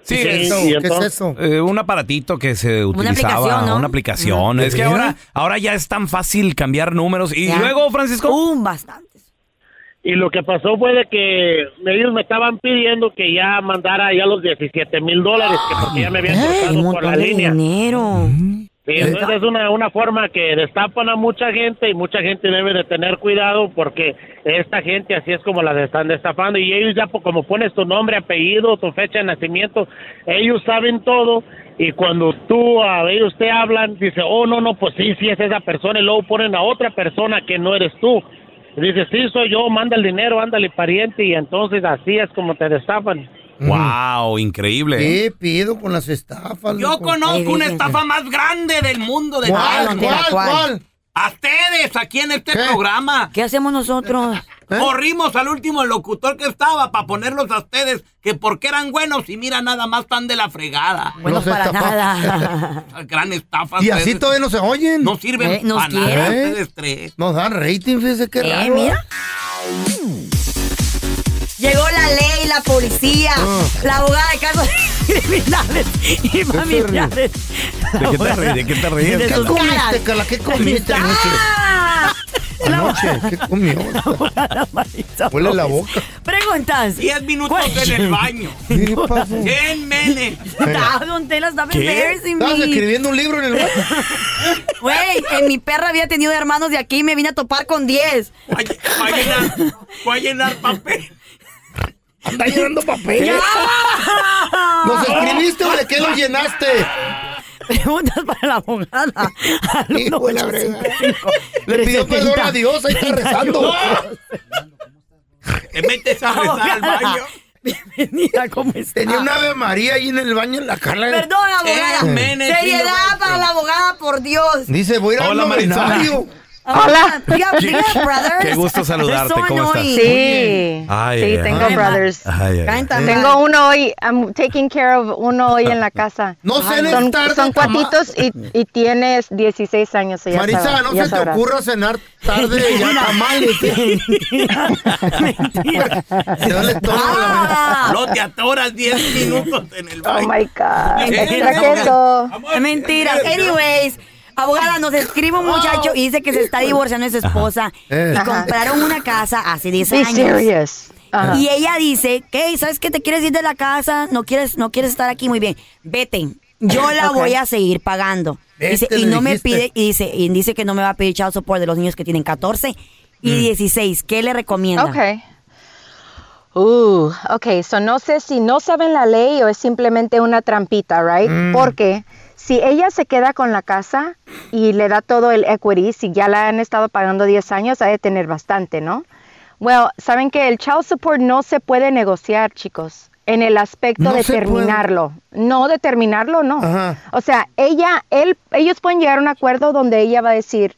Speaker 1: Sí,
Speaker 14: ¿Qué es
Speaker 1: es-
Speaker 14: eso? ¿Qué es entonces? eso?
Speaker 1: eh, un aparatito que se utilizaba,
Speaker 5: aplicación,
Speaker 1: una aplicación.
Speaker 5: ¿no?
Speaker 14: Ujú.
Speaker 1: Es que
Speaker 14: ¿De veras?
Speaker 1: ahora, ahora ya es tan fácil cambiar números. Y
Speaker 14: Ya.
Speaker 1: luego, Francisco.
Speaker 5: Un bastante.
Speaker 14: Y lo que pasó fue de que ellos me estaban pidiendo que ya mandara ya los 17 mil dólares, que porque ya me
Speaker 5: Eh,
Speaker 14: habían cruzado por la línea.
Speaker 5: dinero.
Speaker 14: Sí, entonces es una, una forma que destapan a mucha gente y mucha gente debe de tener cuidado porque esta gente así es como las están destapando y ellos ya po- como pones tu nombre, apellido, tu fecha de nacimiento, ellos saben todo y cuando tú a ellos te hablan, dice, oh no, no, pues sí, sí es esa persona y luego ponen a otra persona que no eres tú. Y Dice, sí, soy yo, manda el dinero, ándale pariente y entonces así es como te destapan.
Speaker 1: Wow, increíble.
Speaker 2: ¿Qué pido con las estafas?
Speaker 11: Yo
Speaker 2: loco?
Speaker 11: conozco una estafa más grande del mundo. De
Speaker 2: eh, ¿Cuál,
Speaker 11: todos.
Speaker 2: cuál, cuál?
Speaker 11: A ustedes, aquí en este programa.
Speaker 5: ¿Qué hacemos nosotros?
Speaker 11: Corrimos al último locutor que estaba para ponerlos a ustedes, que porque eran buenos y mira nada más tan de la fregada.
Speaker 2: Buenos Los para estafa- nada.
Speaker 11: Esa gran estafa.
Speaker 2: Y
Speaker 11: ustedes.
Speaker 2: así todavía no se oyen. No
Speaker 11: sirven Eh, nos pa' nada quieren. ustedes
Speaker 2: Nos dan rating, fíjese qué
Speaker 5: Eh,
Speaker 2: raro.
Speaker 5: mira. Llegó la ley, la policía,
Speaker 2: Ah.
Speaker 5: la abogada de casos criminales y familiares.
Speaker 1: ¿De qué te ríes? ¿De qué te ríes,
Speaker 5: De sus
Speaker 1: Carla?
Speaker 5: caras. Ah,
Speaker 2: Carla? ¿Qué comiste
Speaker 5: Anoche,
Speaker 2: ¿qué comió? Huele la boca.
Speaker 5: Preguntas.
Speaker 11: 10 minutos en el baño.
Speaker 2: ¿Qué pasó?
Speaker 11: 100 menes.
Speaker 5: Ah, Don Tela, estaba
Speaker 2: ¿Qué?
Speaker 5: embarrassing
Speaker 2: Estabas
Speaker 5: me.
Speaker 2: escribiendo un libro en el baño.
Speaker 5: Güey, en mi perra había tenido hermanos de aquí y me vine a topar con 10.
Speaker 11: Voy a llenar, voy a llenar papel.
Speaker 2: Anda llenando papel.
Speaker 5: ¡Ya!
Speaker 2: ¿Los escribiste o de qué los llenaste?
Speaker 5: Preguntas para la abogada. Al 1-855-370-3100.
Speaker 2: Le pidió perdón a Dios, ahí está rezando.
Speaker 11: Te metes a rezar al baño.
Speaker 5: Bienvenida, ¿cómo está?
Speaker 2: Tenía una Ave María ahí en el baño en la Carla.
Speaker 5: Perdón, abogada.
Speaker 2: Eh, menes,
Speaker 5: Seriedad para la abogada, por Dios. Ah,
Speaker 2: Dice, voy a ir al
Speaker 1: Hola, Marisol.
Speaker 2: novenario.
Speaker 5: Hola. Diga,
Speaker 1: Qué-
Speaker 5: diga, brother.
Speaker 1: Qué gusto saludarte.
Speaker 5: Eso
Speaker 1: ¿Cómo estás?
Speaker 5: annoying.
Speaker 15: Sí, sí,
Speaker 1: Ay, ay,
Speaker 5: eh.
Speaker 1: ay.
Speaker 15: tengo
Speaker 1: Ay,
Speaker 15: brothers.
Speaker 1: ay, ay, ay.
Speaker 15: Tengo uno hoy, I'm taking care of uno hoy en la casa.
Speaker 2: No
Speaker 15: sé,
Speaker 2: cenes
Speaker 15: son,
Speaker 2: tarde,
Speaker 15: son
Speaker 2: mamá.
Speaker 15: cuatitos y, y tienes 16 años. y Ya
Speaker 2: Marisa,
Speaker 15: sabrás-
Speaker 2: no
Speaker 15: ya
Speaker 2: se
Speaker 15: sabrás.
Speaker 2: te ocurra cenar tarde ya tamales. ¿eh?
Speaker 11: No te atoras 10 minutos en el baño.
Speaker 15: Oh my God.
Speaker 11: Sí,
Speaker 15: Extra
Speaker 11: no.
Speaker 15: queso.
Speaker 5: Es mentira. Anyways, abogada, nos escribe un muchacho y dice que se está divorciando de su esposa
Speaker 15: Eh.
Speaker 5: y
Speaker 15: Ajá.
Speaker 5: compraron una casa hace 10
Speaker 15: Be
Speaker 5: años.
Speaker 15: serious. Ajá.
Speaker 5: Y ella dice, que ¿sabes qué? Te quieres ir de la casa, no quieres, no quieres estar aquí, muy bien, vete. Yo la
Speaker 15: Ok.
Speaker 5: voy a seguir pagando.
Speaker 15: Vete,
Speaker 5: Dice, y
Speaker 15: le
Speaker 5: no me
Speaker 15: dijiste.
Speaker 5: pide, y dice, y dice que no me va a pedir child support de los niños que tienen 14
Speaker 15: Mm.
Speaker 5: y 16. ¿Qué le recomienda?
Speaker 15: Ok. Uh, ok, so no sé si no saben la ley o es simplemente una trampita, right?
Speaker 16: Mm.
Speaker 15: Porque si ella se queda con la casa y le da todo el equity, si ya la han estado pagando 10 años, ha de tener bastante, ¿no? Bueno, saben que el child support no se puede negociar, chicos, en el aspecto
Speaker 16: No
Speaker 15: de
Speaker 16: se puede.
Speaker 15: terminarlo. No, de terminarlo, no. O sea, ella, él, ellos pueden llegar a un acuerdo donde ella va a decir,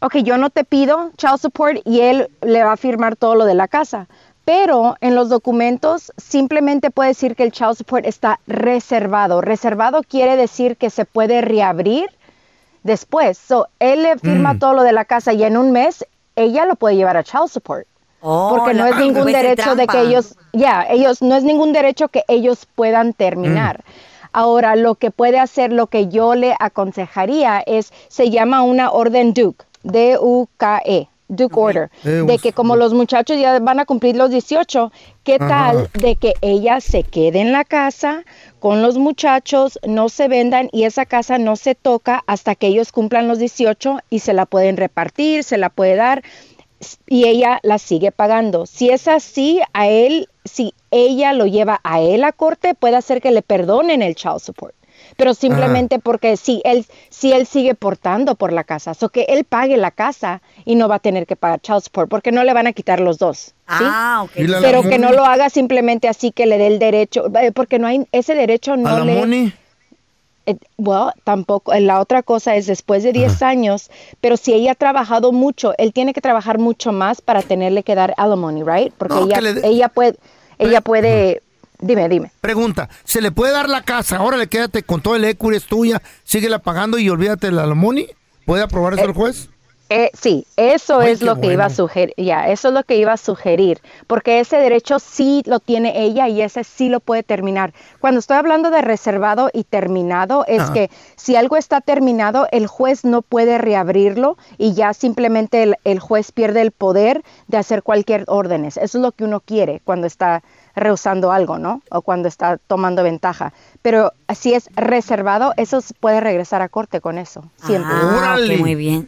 Speaker 15: ok, yo no te pido child support y él le va a firmar todo lo de la casa. Pero en los documentos simplemente puede decir que el child support está reservado. Reservado quiere decir que se puede reabrir después. So, él le firma todo lo de la casa y en un mes ella lo puede llevar a child support.
Speaker 16: Oh,
Speaker 15: porque no
Speaker 5: la-
Speaker 15: es ningún
Speaker 5: puede ser
Speaker 15: derecho de que
Speaker 5: pues, trampa.
Speaker 15: ellos, ya, ellos, no es ningún derecho que ellos puedan terminar.
Speaker 16: Mm.
Speaker 15: Ahora, lo que puede hacer, lo que yo le aconsejaría es, se llama una orden Duke, D-U-K-E, E, Duke Order,
Speaker 16: Eh,
Speaker 15: de
Speaker 16: uf.
Speaker 15: que como los muchachos ya van a cumplir los 18, ¿qué
Speaker 16: Ajá.
Speaker 15: tal de que ella se quede en la casa con los muchachos, no se vendan y esa casa no se toca hasta que ellos cumplan los 18 y se la pueden repartir, se la puede dar s- y ella la sigue pagando. Si es así, a él, si ella lo lleva a él a corte, puede hacer que le perdonen el child support. Pero simplemente porque si él, si él sigue portando por la casa, o que él pague la casa y no va a tener que pagar child support porque no le van a quitar los dos. ¿sí?
Speaker 5: Ah, ok.
Speaker 15: ¿Y la Pero que no lo haga simplemente así que le dé el derecho, eh, porque no hay ese derecho no le eh, well, tampoco. eh, La otra cosa es después de 10 años, pero si ella ha trabajado mucho, él tiene que trabajar mucho más para tenerle que dar alimony, right? Porque
Speaker 2: No,
Speaker 15: ella,
Speaker 2: que le dé-
Speaker 15: ella puede, ella puede, dime, dime.
Speaker 2: Pregunta, ¿se le puede dar la casa? Órale, quédate con todo el equity es tuya, síguela pagando y olvídate del alimony. ¿Puede aprobar eso el juez?
Speaker 15: Eh, sí, eso
Speaker 2: Ay,
Speaker 15: es
Speaker 2: qué
Speaker 15: lo que iba a
Speaker 2: bueno.
Speaker 15: sugerir, ya, eso es lo que iba a sugerir, porque ese derecho sí lo tiene ella y ese sí lo puede terminar. Cuando estoy hablando de reservado y terminado, es
Speaker 2: Ah.
Speaker 16: Ajá.
Speaker 15: que si algo está terminado, el juez no puede reabrirlo y ya simplemente el, el juez pierde el poder de hacer cualquier órdenes. Eso es lo que uno quiere cuando está rehusando algo, ¿no? O cuando está tomando ventaja. Pero si es reservado, eso se puede regresar a corte con eso, siempre.
Speaker 5: Ah, ok, muy bien.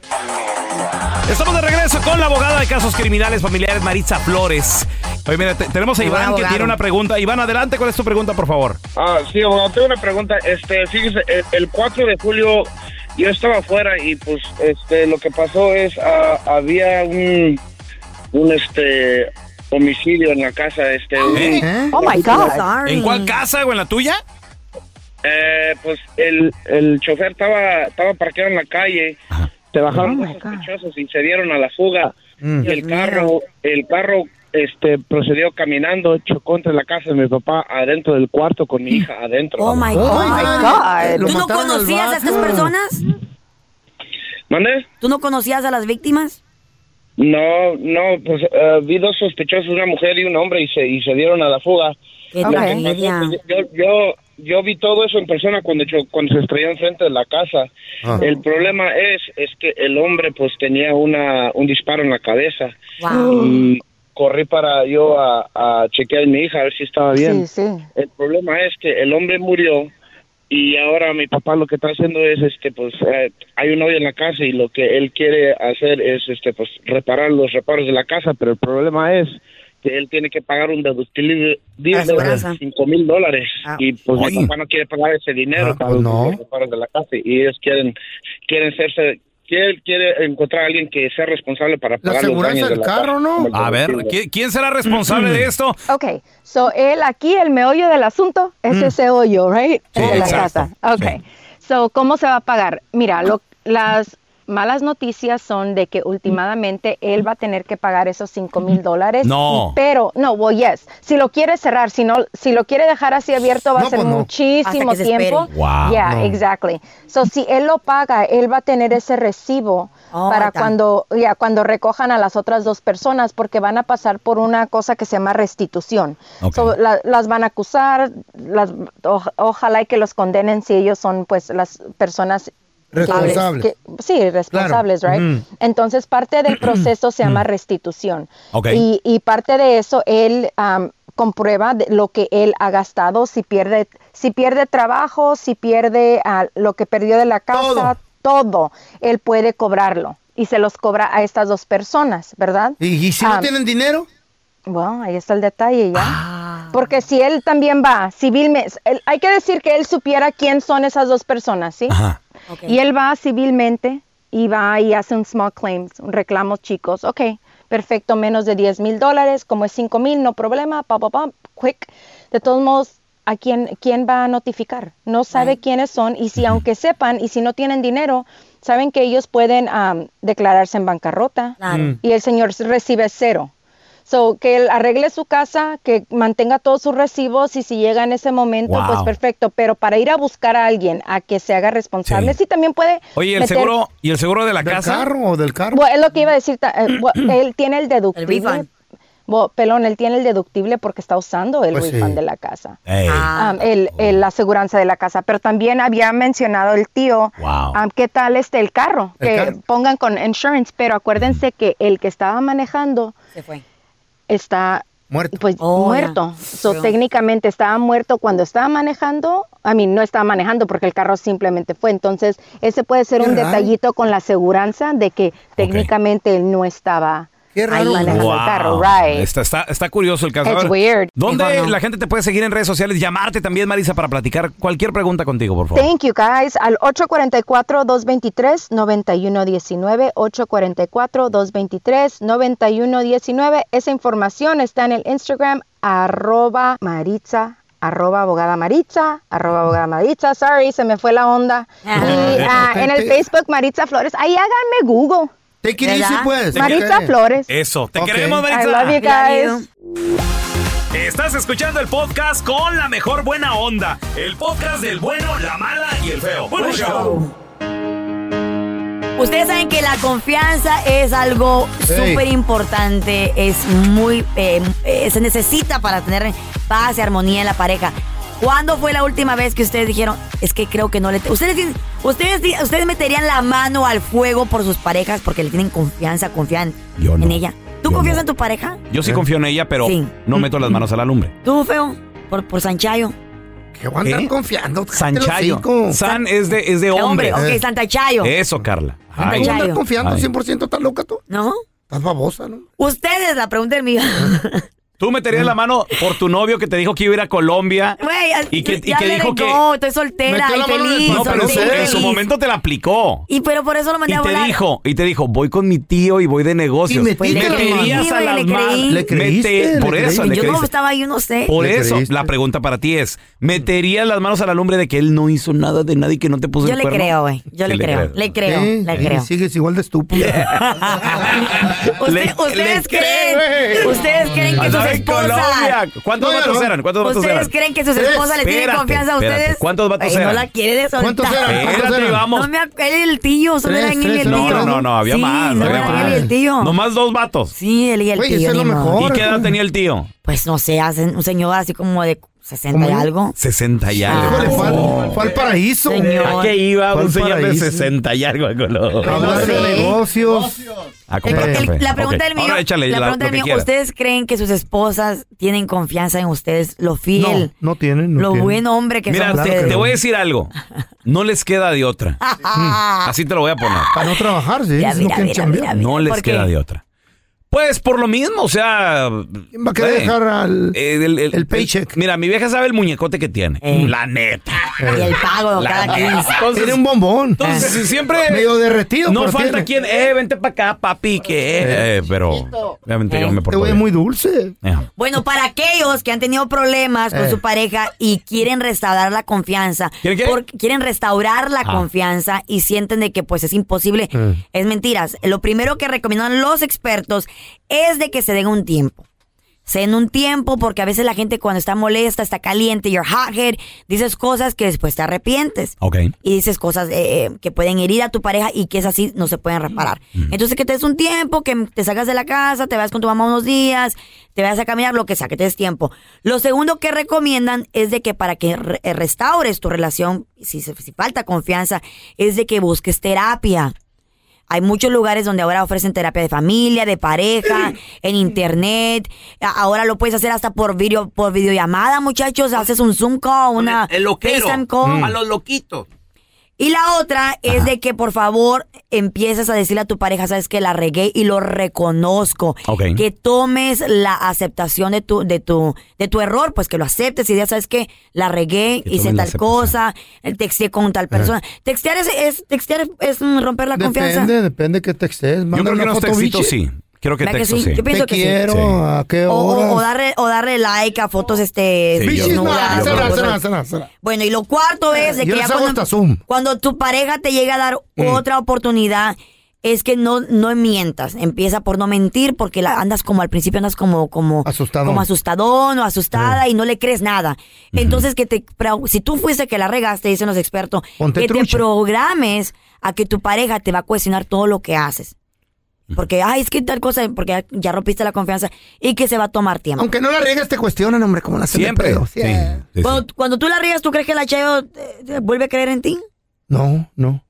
Speaker 1: Estamos de regreso con la abogada de casos criminales familiares Maritza Flores. Oye, mira, te- tenemos a
Speaker 17: Buen
Speaker 1: Iván que
Speaker 17: abogado.
Speaker 1: tiene una pregunta. Iván, adelante, ¿cuál es tu pregunta, por favor?
Speaker 17: Ah, sí, abogado, tengo una pregunta. Este, fíjese, el, el 4 de julio yo estaba afuera y pues este lo que pasó es ah, había un un este homicidio en la casa este un-
Speaker 1: Oh my God. ¿En cuál casa o en la tuya?
Speaker 17: Eh, pues el, el chofer estaba estaba parqueado en la calle se bajaron los sospechosos y se dieron a la fuga Y el carro el carro este procedió caminando chocó entre la casa de mi papá adentro del cuarto con mi hija adentro
Speaker 5: Oh my God. ¿Tú no conocías a estas personas?
Speaker 17: ¿Mande?
Speaker 5: ¿Tú no conocías a las víctimas?
Speaker 17: No, no, pues eh, vi dos sospechosos, una mujer y un hombre, y se, y se dieron a la fuga.
Speaker 5: Qué
Speaker 17: Lo que pasó,
Speaker 5: tragedia.
Speaker 17: pues, Yo, yo, yo vi todo eso en persona cuando, cho- cuando se estrelló enfrente de la casa.
Speaker 18: Ah.
Speaker 17: El problema es, es que el hombre pues tenía una, un disparo en la cabeza.
Speaker 18: Wow.
Speaker 17: Y corrí para yo a, a chequear a mi hija a ver si estaba bien.
Speaker 15: Sí, sí.
Speaker 17: El problema es que el hombre murió y ahora mi papá lo que está haciendo es este pues eh, hay un hoyo en la casa y lo que él quiere hacer es este pues reparar los reparos de la casa pero el problema es que él tiene que pagar un deductible
Speaker 2: Ah,
Speaker 17: de cinco mil dólares y pues mi papá no quiere pagar ese dinero para
Speaker 2: pues,
Speaker 17: los
Speaker 2: no.
Speaker 17: reparos de la casa y ellos quieren quieren serse quiere, quiere encontrar a alguien que sea responsable para pagar los daños de la casa, como el
Speaker 1: A ver,
Speaker 17: deductible.
Speaker 1: ¿qui- ¿quién será responsable
Speaker 16: Mm.
Speaker 1: de esto?
Speaker 15: Ok, so él aquí, el meollo del asunto,
Speaker 16: Mm.
Speaker 15: es ese hoyo, right?
Speaker 1: Sí,
Speaker 15: en la
Speaker 1: exacto.
Speaker 15: casa. Ok, so ¿cómo se va a pagar? Mira, lo- las malas noticias son de que últimamente él va a tener que pagar esos 5 mil dólares.
Speaker 16: No.
Speaker 15: y- Pero, no, well, yes. Si lo quiere cerrar, si no, si lo quiere dejar así abierto, va
Speaker 16: No,
Speaker 15: a ser
Speaker 16: pues no.
Speaker 15: muchísimo
Speaker 16: Hasta que se
Speaker 15: tiempo.
Speaker 16: espere. Wow.
Speaker 15: Yeah,
Speaker 16: No.
Speaker 15: exactly. So si él lo paga, él va a tener ese recibo
Speaker 16: Oh,
Speaker 15: para
Speaker 16: ahí está.
Speaker 15: cuando cuando, ya, cuando recojan a las otras dos personas porque van a pasar por una cosa que se llama restitución.
Speaker 16: Ok.
Speaker 15: So, la- las van a acusar, las, o- ojalá y que los condenen si ellos son pues las personas que-
Speaker 16: Responsables.
Speaker 15: que- sí, responsables,
Speaker 16: Claro.
Speaker 15: right?
Speaker 16: Ujú.
Speaker 15: Entonces parte del proceso se llama restitución.
Speaker 16: Ok.
Speaker 15: Y, y parte de eso él am, comprueba de lo que él ha gastado, si pierde, si pierde trabajo, si pierde ah, lo que perdió de la casa, todo. él puede cobrarlo y se los cobra a estas dos personas, ¿verdad?
Speaker 2: ¿Y, y si no
Speaker 15: Am,
Speaker 2: tienen dinero?
Speaker 15: bueno, ahí está el detalle ya. Porque si él también va, civilmente, hay que decir que él supiera quién son esas dos personas, ¿sí? Y él va civilmente y va y hace un small claims, un reclamo chicos, ok, perfecto, menos de 10 mil dólares, como es 5 mil, no problema, pa, pa, pa, quick. De todos modos, ¿a quién, quién va a notificar? No sabe quiénes son y si aunque sepan y si no tienen dinero, saben que ellos pueden am, declararse en bancarrota
Speaker 5: Claro. Mm.
Speaker 15: y el señor recibe cero. So, que él arregle su casa, que mantenga todos sus recibos y si llega en ese momento,
Speaker 1: Wow.
Speaker 15: pues perfecto. Pero para ir a buscar a alguien a que se haga responsable, sí, también puede.
Speaker 1: Oye, el
Speaker 15: meter-
Speaker 1: seguro, ¿y el seguro de la casa?
Speaker 2: carro o del carro?
Speaker 15: Bueno, es lo que iba a decir. ta- eh, bueno, él tiene el deductible.
Speaker 2: refund.
Speaker 15: Bueno, pelón, él tiene el deductible porque está usando el
Speaker 16: Pues sí.
Speaker 15: refund de la casa.
Speaker 16: Ey.
Speaker 15: Um, el, el- la aseguranza de la casa. Pero también había mencionado el tío,
Speaker 16: Wow.
Speaker 15: um, ¿qué tal este el carro?
Speaker 16: El
Speaker 15: que
Speaker 16: carro.
Speaker 15: pongan con insurance, pero acuérdense que el que estaba manejando
Speaker 5: Se fue.
Speaker 15: está
Speaker 2: muerto.
Speaker 15: Pues
Speaker 5: Oh, ya.
Speaker 15: muerto. So,
Speaker 5: Pero-
Speaker 15: técnicamente estaba muerto cuando estaba manejando. A mí no estaba manejando porque el carro simplemente fue. Entonces, ese puede ser
Speaker 2: Qué
Speaker 15: un
Speaker 2: raro.
Speaker 15: detallito con la aseguranza de que técnicamente él no estaba
Speaker 2: Qué
Speaker 15: ahí manejando el
Speaker 1: Wow.
Speaker 15: carro. Right.
Speaker 1: Está, está, está curioso el caso.
Speaker 15: It's
Speaker 1: A ver,
Speaker 15: weird.
Speaker 1: ¿Dónde
Speaker 15: Mejor no.
Speaker 1: la gente te puede seguir en redes sociales? Llamarte también, Marisa, para platicar cualquier pregunta contigo, por favor.
Speaker 15: Thank you guys. Al 844-223-9119. 844-223-9119. Esa información está en el Instagram arroba maritza. Arroba abogada Maritza, arroba abogada Maritza, sorry, se me fue la onda. Y ah, en el Facebook Maritza Flores, ahí háganme Google.
Speaker 2: Take it easy, ¿Verdad? pues.
Speaker 15: Maritza
Speaker 2: Ok.
Speaker 15: Flores.
Speaker 1: Eso, te
Speaker 2: Ok.
Speaker 1: queremos,
Speaker 15: I
Speaker 1: Marisa.
Speaker 15: love you guys.
Speaker 1: Estás escuchando el podcast con la mejor buena onda. El podcast del bueno, la mala y el feo. Bueno,
Speaker 15: Pues,
Speaker 1: show.
Speaker 5: Ustedes saben que la confianza es algo
Speaker 1: Ey.
Speaker 5: súper importante, es muy, eh, eh, se necesita para tener paz y armonía en la pareja. ¿Cuándo fue la última vez que ustedes dijeron, es que creo que no le... te-"? Ustedes, di- ustedes, di- ustedes meterían la mano al fuego por sus parejas porque le tienen confianza, confían
Speaker 1: Yo no.
Speaker 5: en ella. ¿Tú confías en tu pareja?
Speaker 1: Yo sí confío en ella, pero no meto las manos a la lumbre.
Speaker 5: ¿Tú, feo? Por, por Sanchayo.
Speaker 2: ¿Qué van a estar
Speaker 1: ¿Eh?
Speaker 2: confiando?
Speaker 1: Sanchayo. San es de, es de Eh.
Speaker 5: De
Speaker 1: hombre.
Speaker 5: hombre, ok,
Speaker 15: oh.
Speaker 5: Santachayo.
Speaker 1: Eso, Carla.
Speaker 2: Ay, ¿Cómo estás confiando
Speaker 1: Ay.
Speaker 2: 100%? ¿Estás loca tú?
Speaker 5: No.
Speaker 2: Estás babosa, ¿no?
Speaker 5: Ustedes, la pregunta es mía.
Speaker 1: ¿Tú meterías la mano por tu novio que te dijo que iba a ir a Colombia?
Speaker 5: Güey,
Speaker 1: y que, y
Speaker 5: ya
Speaker 1: que
Speaker 5: le
Speaker 1: dijo que...
Speaker 5: No, estoy soltera
Speaker 1: Metió
Speaker 5: y
Speaker 1: la mano en el
Speaker 5: feliz.
Speaker 1: No, pero en su,
Speaker 5: soltera y
Speaker 1: en su
Speaker 5: feliz.
Speaker 1: momento te la aplicó.
Speaker 5: Y pero por eso lo mandé
Speaker 1: Y
Speaker 5: a
Speaker 1: te
Speaker 5: volar.
Speaker 1: dijo, y te dijo, voy con mi tío y voy de negocios.
Speaker 5: Y metiste la
Speaker 1: meterías
Speaker 5: mano.
Speaker 1: "Pues, a las
Speaker 5: Le creí.
Speaker 1: manos.
Speaker 5: ¿Le
Speaker 2: creíste?
Speaker 1: Mete-
Speaker 2: ¿Le
Speaker 1: Por eso,
Speaker 5: Yo
Speaker 1: le
Speaker 5: no
Speaker 1: creíste.
Speaker 5: estaba ahí, no
Speaker 2: Eh,
Speaker 5: sé.
Speaker 1: Por eso, la pregunta para ti es, ¿meterías las manos a la lumbre de que él no hizo nada de nadie que no te puso
Speaker 5: Yo
Speaker 1: el
Speaker 5: le
Speaker 1: cuerno?
Speaker 5: creo, güey. Yo
Speaker 1: Sí
Speaker 5: le creo.
Speaker 1: crees.
Speaker 5: Le creo.
Speaker 2: Sí,
Speaker 5: Le
Speaker 2: sí,
Speaker 5: creo.
Speaker 2: Sigues igual de estúpido.
Speaker 5: Usted- ustedes creen. Ustedes creen que sus
Speaker 1: Andaba en
Speaker 5: esposas.
Speaker 1: Colombia. ¿Cuántos vatos eran? ¿Cuántos vatos
Speaker 5: ¿Ustedes
Speaker 1: eran?
Speaker 5: creen que sus
Speaker 1: Tres.
Speaker 5: esposas les tienen
Speaker 1: Espérate,
Speaker 5: confianza a
Speaker 1: espérate.
Speaker 5: ustedes?
Speaker 1: ¿Cuántos vatos
Speaker 5: Ay, No
Speaker 1: eran?
Speaker 5: la quiere soltar.
Speaker 1: ¿Cuántos eran? Espérate, ¿Cuántos eran? vamos.
Speaker 5: No me ac- él y el tío. Solo eran él y el
Speaker 1: No,
Speaker 5: tío.
Speaker 1: no, no, no, había
Speaker 5: Sí,
Speaker 1: más.
Speaker 5: No,
Speaker 1: había
Speaker 5: eran
Speaker 1: más.
Speaker 5: él y el tío.
Speaker 1: Nomás dos vatos.
Speaker 5: Sí, él y el tío. ni modo.
Speaker 1: ¿Y qué edad tenía el tío?
Speaker 5: Pues no sé, hacen un señor así como de 60
Speaker 1: ¿Cómo?
Speaker 5: y algo.
Speaker 1: 60 y algo.
Speaker 5: Híjole, fue al-
Speaker 1: Oh.
Speaker 2: fue al paraíso. Señor.
Speaker 1: ¿A qué iba
Speaker 2: Fue
Speaker 1: un
Speaker 2: al
Speaker 1: señor de
Speaker 2: paraíso.
Speaker 1: 60 y algo a Colombia?
Speaker 2: A hablar de negocios.
Speaker 1: A comprar
Speaker 2: Eh,
Speaker 1: café.
Speaker 5: La pregunta
Speaker 1: Ok.
Speaker 5: del mío,
Speaker 1: Ahora échale
Speaker 5: la
Speaker 1: la-
Speaker 5: pregunta del
Speaker 1: lo que
Speaker 5: mío,
Speaker 1: quieras.
Speaker 5: ¿ustedes creen que sus esposas tienen confianza en ustedes? Lo fiel,
Speaker 2: No, no tienen. No
Speaker 5: lo
Speaker 2: tienen.
Speaker 5: buen hombre que
Speaker 1: Mira,
Speaker 5: son
Speaker 1: te,
Speaker 5: ustedes.
Speaker 1: te voy a decir algo. No les queda de otra. Así te lo voy a poner.
Speaker 2: Para no trabajar, sí.
Speaker 1: Mm. Ya,
Speaker 2: no
Speaker 1: mira,
Speaker 2: quieren
Speaker 1: mira,
Speaker 2: chambear.
Speaker 1: mira, mira. No les ¿Por qué? queda de otra. Pues por lo mismo, o sea.
Speaker 2: ¿Quién va a querer dejar al-
Speaker 1: el, paycheck? mira, mi vieja sabe el muñecote que tiene. La neta.
Speaker 2: Eh,
Speaker 5: Y el pago
Speaker 1: La
Speaker 5: cada
Speaker 1: neta.
Speaker 5: 15.
Speaker 1: Entonces-
Speaker 2: Tiene un bombón.
Speaker 1: Entonces, si siempre.
Speaker 2: Medio derretido.
Speaker 1: No
Speaker 2: pero
Speaker 1: falta
Speaker 2: tiene.
Speaker 1: quien. Eh, vente para acá, papi, que. Eh, pero. Obviamente yo me
Speaker 2: Este
Speaker 1: porto
Speaker 2: güey es
Speaker 1: bien.
Speaker 2: muy dulce.
Speaker 1: Eh.
Speaker 5: Bueno, para aquellos que han tenido problemas con
Speaker 1: Eh.
Speaker 5: su pareja y quieren restaurar la confianza,
Speaker 1: ¿Quieren qué?
Speaker 5: porque quieren restaurar la
Speaker 1: Ah.
Speaker 5: confianza y sienten de que pues es imposible,
Speaker 1: Mm.
Speaker 5: es mentiras. Lo primero que recomiendan los expertos es de que se den un tiempo. Se den un tiempo porque a veces la gente cuando está molesta, está caliente, you're hothead, dices cosas que después te arrepientes
Speaker 1: Ok.
Speaker 5: y dices cosas eh, eh, que pueden herir a tu pareja y que es así, no se pueden reparar. Entonces que te des un tiempo, que te sacas de la casa, te vas con tu mamá unos días, te vas a caminar, lo que sea, que te des tiempo. Lo segundo que recomiendan es de que para que re- eh, restaures tu relación, si, se- si falta confianza, es de que busques terapia. Hay muchos lugares donde ahora ofrecen terapia de familia, de pareja, en internet. A- Ahora lo puedes hacer hasta por video, por videollamada, muchachos. Haces un Zoom call, una
Speaker 11: El loquero. Mm.
Speaker 5: FaceTime call.
Speaker 11: A los loquitos.
Speaker 5: Y la otra es de que por favor empieces a decirle a tu pareja, sabes que la regué y lo reconozco.
Speaker 1: Ok.
Speaker 5: Que tomes la aceptación de tu, de tu, de tu error, pues que lo aceptes y ya sabes que la regué,
Speaker 1: Que
Speaker 5: hice
Speaker 1: tomes la
Speaker 5: tal cosa, texté con tal persona. Textear es, es- textear es mm, romper la
Speaker 2: Depende,
Speaker 5: confianza.
Speaker 2: depende que textes.
Speaker 1: Yo creo que los textitos sí. Quiero que
Speaker 5: ¿Verdad que
Speaker 1: texto,
Speaker 5: sí?
Speaker 1: sí.
Speaker 5: Yo pienso
Speaker 2: Te
Speaker 5: que sí.
Speaker 2: quiero, ¿a qué
Speaker 5: O,
Speaker 2: hora?
Speaker 5: o- o darle, o darle like a fotos este
Speaker 2: Sí, yo-
Speaker 5: desnudas,
Speaker 2: yo-
Speaker 5: o
Speaker 2: yo-
Speaker 5: cosas
Speaker 2: yo-
Speaker 5: así. Bueno, y lo cuarto es de
Speaker 2: Yo
Speaker 5: que ya
Speaker 2: les hago
Speaker 5: cuando,
Speaker 2: hasta Zoom.
Speaker 5: cuando tu pareja te llega a dar
Speaker 2: Mm.
Speaker 5: otra oportunidad, es que no, no mientas. Empieza por no mentir, porque la- andas como al principio andas como, como asustado. Como asustadón o asustada y no le crees nada. Entonces que te pro- si tú fuiste que la regaste, dicen los expertos,
Speaker 2: Ponte
Speaker 5: que te
Speaker 2: trucha.
Speaker 5: programes a que tu pareja te va a cuestionar todo lo que haces. Porque, ay, es que tal cosa, porque ya, ya rompiste la confianza y que se va a tomar tiempo.
Speaker 2: Aunque no la riegues, te cuestionan, hombre, como la hacen de
Speaker 1: Siempre.
Speaker 2: pedo.
Speaker 1: Sí, sí, sí.
Speaker 5: Cuando, cuando tú la riegas, ¿tú crees que la Chayo eh, eh, vuelve a creer en ti?
Speaker 2: No, no.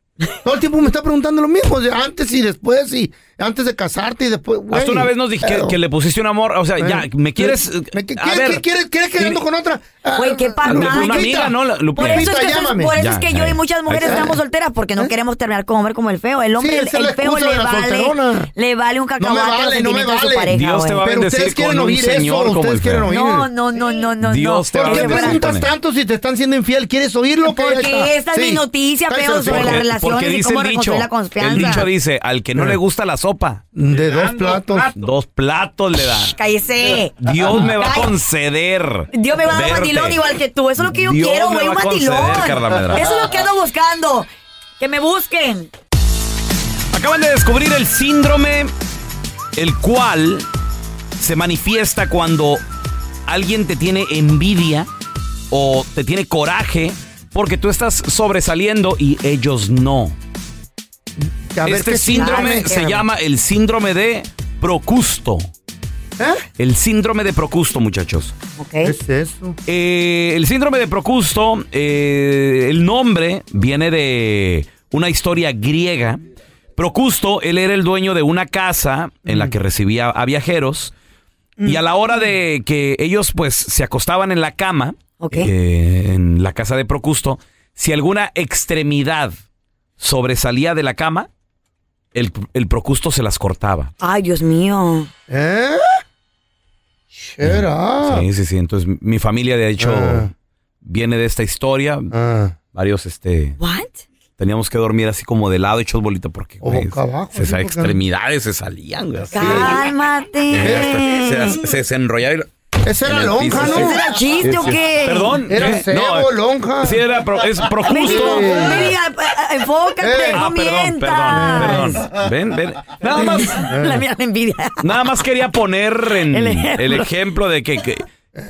Speaker 2: Todo el tiempo me está preguntando lo mismo, de antes y después, y antes de casarte y después. güey.
Speaker 1: Hasta una vez nos dijiste que,
Speaker 2: Pero-
Speaker 1: que le pusiste un amor. O sea,
Speaker 2: Eh.
Speaker 1: ya, ¿me quieres? eh,
Speaker 2: ¿Me- qué-
Speaker 1: a
Speaker 2: qué-
Speaker 1: ver.
Speaker 2: qué quieres? ¿Quieres que ando con otra?
Speaker 5: Güey, qué
Speaker 1: Ah,
Speaker 5: parada.
Speaker 1: Lupita, una amiga, ¿no? La- Lupita.
Speaker 5: Por eso es que,
Speaker 1: Lupita,
Speaker 5: ustedes-
Speaker 1: llámame.
Speaker 5: por eso
Speaker 1: Ya,
Speaker 5: es que
Speaker 1: ya,
Speaker 5: yo y
Speaker 1: ya.
Speaker 5: mujeres
Speaker 1: Ahí
Speaker 5: mujeres
Speaker 1: está.
Speaker 5: estamos solteras porque no queremos terminar con hombre como el feo. El hombre,
Speaker 2: Sí,
Speaker 5: el,
Speaker 2: esa es la
Speaker 5: el feo
Speaker 2: excusa
Speaker 5: le
Speaker 2: de la
Speaker 5: vale,
Speaker 2: solterona.
Speaker 5: le vale un
Speaker 2: No me
Speaker 5: cacahuate los
Speaker 2: vale, no me
Speaker 5: sentimientos a
Speaker 2: vale.
Speaker 5: su pareja.
Speaker 1: Dios te
Speaker 5: güey.
Speaker 1: va a
Speaker 2: Pero ustedes
Speaker 1: bendecir
Speaker 2: quieren
Speaker 1: con un
Speaker 2: oír eso,
Speaker 1: señor
Speaker 2: ustedes
Speaker 1: como el
Speaker 2: quieren
Speaker 1: feo.
Speaker 2: oír.
Speaker 5: No, no, no, no, no.
Speaker 1: Dios te
Speaker 5: no.
Speaker 1: va a
Speaker 2: ¿Por qué
Speaker 1: bendecir con
Speaker 2: preguntas
Speaker 1: él.
Speaker 2: tanto si te están siendo infiel? ¿Quieres oírlo?
Speaker 5: Porque esta es mi noticia, feo, sobre las
Speaker 1: Porque-
Speaker 5: relaciones
Speaker 1: porque
Speaker 5: y
Speaker 1: dice
Speaker 5: cómo
Speaker 1: el dicho,
Speaker 5: reconstruir la
Speaker 1: El dicho
Speaker 5: confianza.
Speaker 1: dice, al que no le gusta la sopa.
Speaker 2: De dos platos.
Speaker 1: Dos platos le da.
Speaker 5: Cállese.
Speaker 1: Dios me va a
Speaker 5: Cállese.
Speaker 1: conceder.
Speaker 5: Dios me va a dar un
Speaker 1: verte.
Speaker 5: mandilón igual que tú. Eso es lo que yo
Speaker 1: Dios
Speaker 5: quiero,
Speaker 1: me
Speaker 5: güey.
Speaker 1: va
Speaker 5: Un
Speaker 1: a conceder,
Speaker 5: mandilón.
Speaker 1: Carla Medrano.
Speaker 5: Eso es lo que ando buscando. Que me busquen.
Speaker 1: Acaban de descubrir el síndrome, el cual se manifiesta cuando alguien te tiene envidia o te tiene coraje porque tú estás sobresaliendo y ellos no.
Speaker 2: A ver,
Speaker 1: este
Speaker 2: ¿qué
Speaker 1: síndrome
Speaker 2: síndrome?
Speaker 1: se llama el síndrome de Procusto.
Speaker 2: ¿Eh?
Speaker 1: El síndrome de Procusto, muchachos.
Speaker 2: ¿Qué es eso?
Speaker 1: Eh, el síndrome de Procusto, eh, el nombre viene de una historia griega. Procusto, él era el dueño de una casa en
Speaker 2: Mm.
Speaker 1: la que recibía a viajeros. Y a la hora de que ellos pues se acostaban en la cama, eh, en la casa de Procusto, si alguna extremidad sobresalía de la cama, el, el Procusto se las cortaba.
Speaker 5: Ay, Dios mío.
Speaker 2: ¿Eh? Ah.
Speaker 1: Sí, sí, sí. Entonces, mi familia, de hecho, viene de esta historia.
Speaker 2: Ah.
Speaker 1: Varios, este.
Speaker 5: ¿What?
Speaker 1: Teníamos que dormir así como de lado, hechos bolita, porque. güey, se-
Speaker 2: abajo,
Speaker 1: se-
Speaker 2: sí,
Speaker 1: esas
Speaker 2: porque-
Speaker 1: extremidades se salían, güey, así. Eh,
Speaker 5: Cálmate.
Speaker 1: hasta- Se, se desenrollaba y lo-
Speaker 2: Ese
Speaker 1: en
Speaker 2: era
Speaker 1: el piso,
Speaker 2: lonja,
Speaker 1: así.
Speaker 2: ¿no?
Speaker 5: Mm. ¿Ese era chiste o qué?
Speaker 1: Perdón.
Speaker 2: Era
Speaker 1: ¿qué?
Speaker 2: cebo,
Speaker 1: No, eh,
Speaker 2: lonja.
Speaker 1: Sí, era pro- es procusto.
Speaker 5: Vení, a- a- a- eh,
Speaker 2: Eh.
Speaker 5: enfócate, no
Speaker 1: Ah, perdón,
Speaker 5: mientas.
Speaker 1: perdón, perdón. Ven, ven. Nada más.
Speaker 5: La mía me envidia.
Speaker 1: Nada más quería poner en
Speaker 5: El
Speaker 1: el
Speaker 5: ejemplo.
Speaker 1: ejemplo, de que, que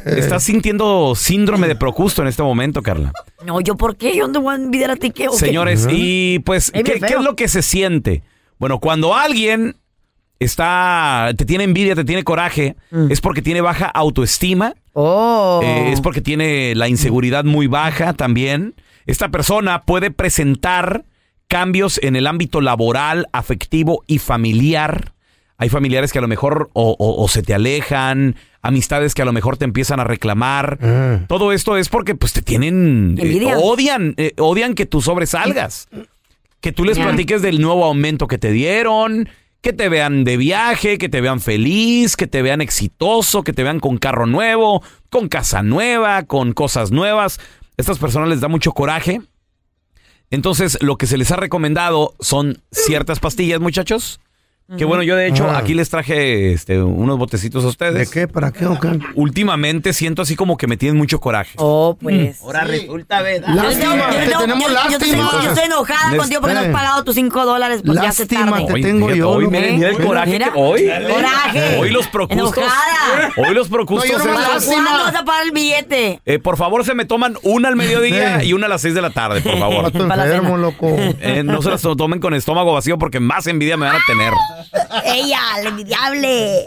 Speaker 1: estás sintiendo síndrome de Procusto en este momento, Carla.
Speaker 5: No, ¿yo por qué? Yo no te voy a envidiar a ti, ¿qué? ¿O qué?
Speaker 1: Señores, y pues,
Speaker 5: Es bien
Speaker 1: ¿qué, qué
Speaker 5: feo.
Speaker 1: es lo que se siente? Bueno, cuando alguien está, te tiene envidia, te tiene coraje, es porque tiene baja autoestima. eh, es porque tiene la inseguridad muy baja también. Esta persona puede presentar cambios en el ámbito laboral, afectivo y familiar. Hay familiares que a lo mejor o, o- o se te alejan, amistades que a lo mejor te empiezan a reclamar. Todo esto es porque pues te tienen, eh,
Speaker 5: Envidia.
Speaker 1: odian, eh, odian que tú sobresalgas. Que tú les
Speaker 5: Ya.
Speaker 1: platiques del nuevo aumento que te dieron, que te vean de viaje, que te vean feliz, que te vean exitoso, que te vean con carro nuevo, con casa nueva, con cosas nuevas. Estas personas les da mucho coraje. Entonces, lo que se les ha recomendado son ciertas pastillas, muchachos. Que bueno, yo de hecho
Speaker 2: Ah.
Speaker 1: aquí les traje este, unos botecitos a
Speaker 2: ¿De
Speaker 1: ustedes.
Speaker 2: qué? ¿Para qué? ¿O qué?
Speaker 1: Últimamente siento así como que me tienen mucho coraje.
Speaker 5: Oh, pues.
Speaker 11: Ahora resulta, ¿verdad?
Speaker 2: Lástima,
Speaker 5: Yo
Speaker 2: te
Speaker 5: tengo-
Speaker 2: tenemos
Speaker 5: yo- yo te tengo-
Speaker 2: lástima.
Speaker 5: Yo estoy enojada
Speaker 1: Les-
Speaker 5: contigo porque no has
Speaker 1: Eh.
Speaker 5: pagado tus 5 dólares porque ya se
Speaker 2: Lástima,
Speaker 5: tarde.
Speaker 2: te tengo
Speaker 1: fíjate,
Speaker 2: yo.
Speaker 1: Hoy,
Speaker 2: ¿no?
Speaker 1: mira, mira el
Speaker 2: Mira.
Speaker 1: coraje
Speaker 5: Mira.
Speaker 1: que hoy.
Speaker 5: Coraje.
Speaker 1: Hoy los procustos.
Speaker 5: Enojada.
Speaker 1: Hoy los procustos.
Speaker 2: No, yo no me
Speaker 1: estos-
Speaker 5: ¿Para
Speaker 2: Lástima.
Speaker 5: cuándo vas a pagar el billete?
Speaker 1: Eh, por favor, se me toman una al mediodía y una a las seis de la tarde, por favor.
Speaker 2: Estás enfermo, loco.
Speaker 1: Eh, no se las tomen con estómago vacío porque más envidia me van a tener.
Speaker 5: Ella, la envidiable.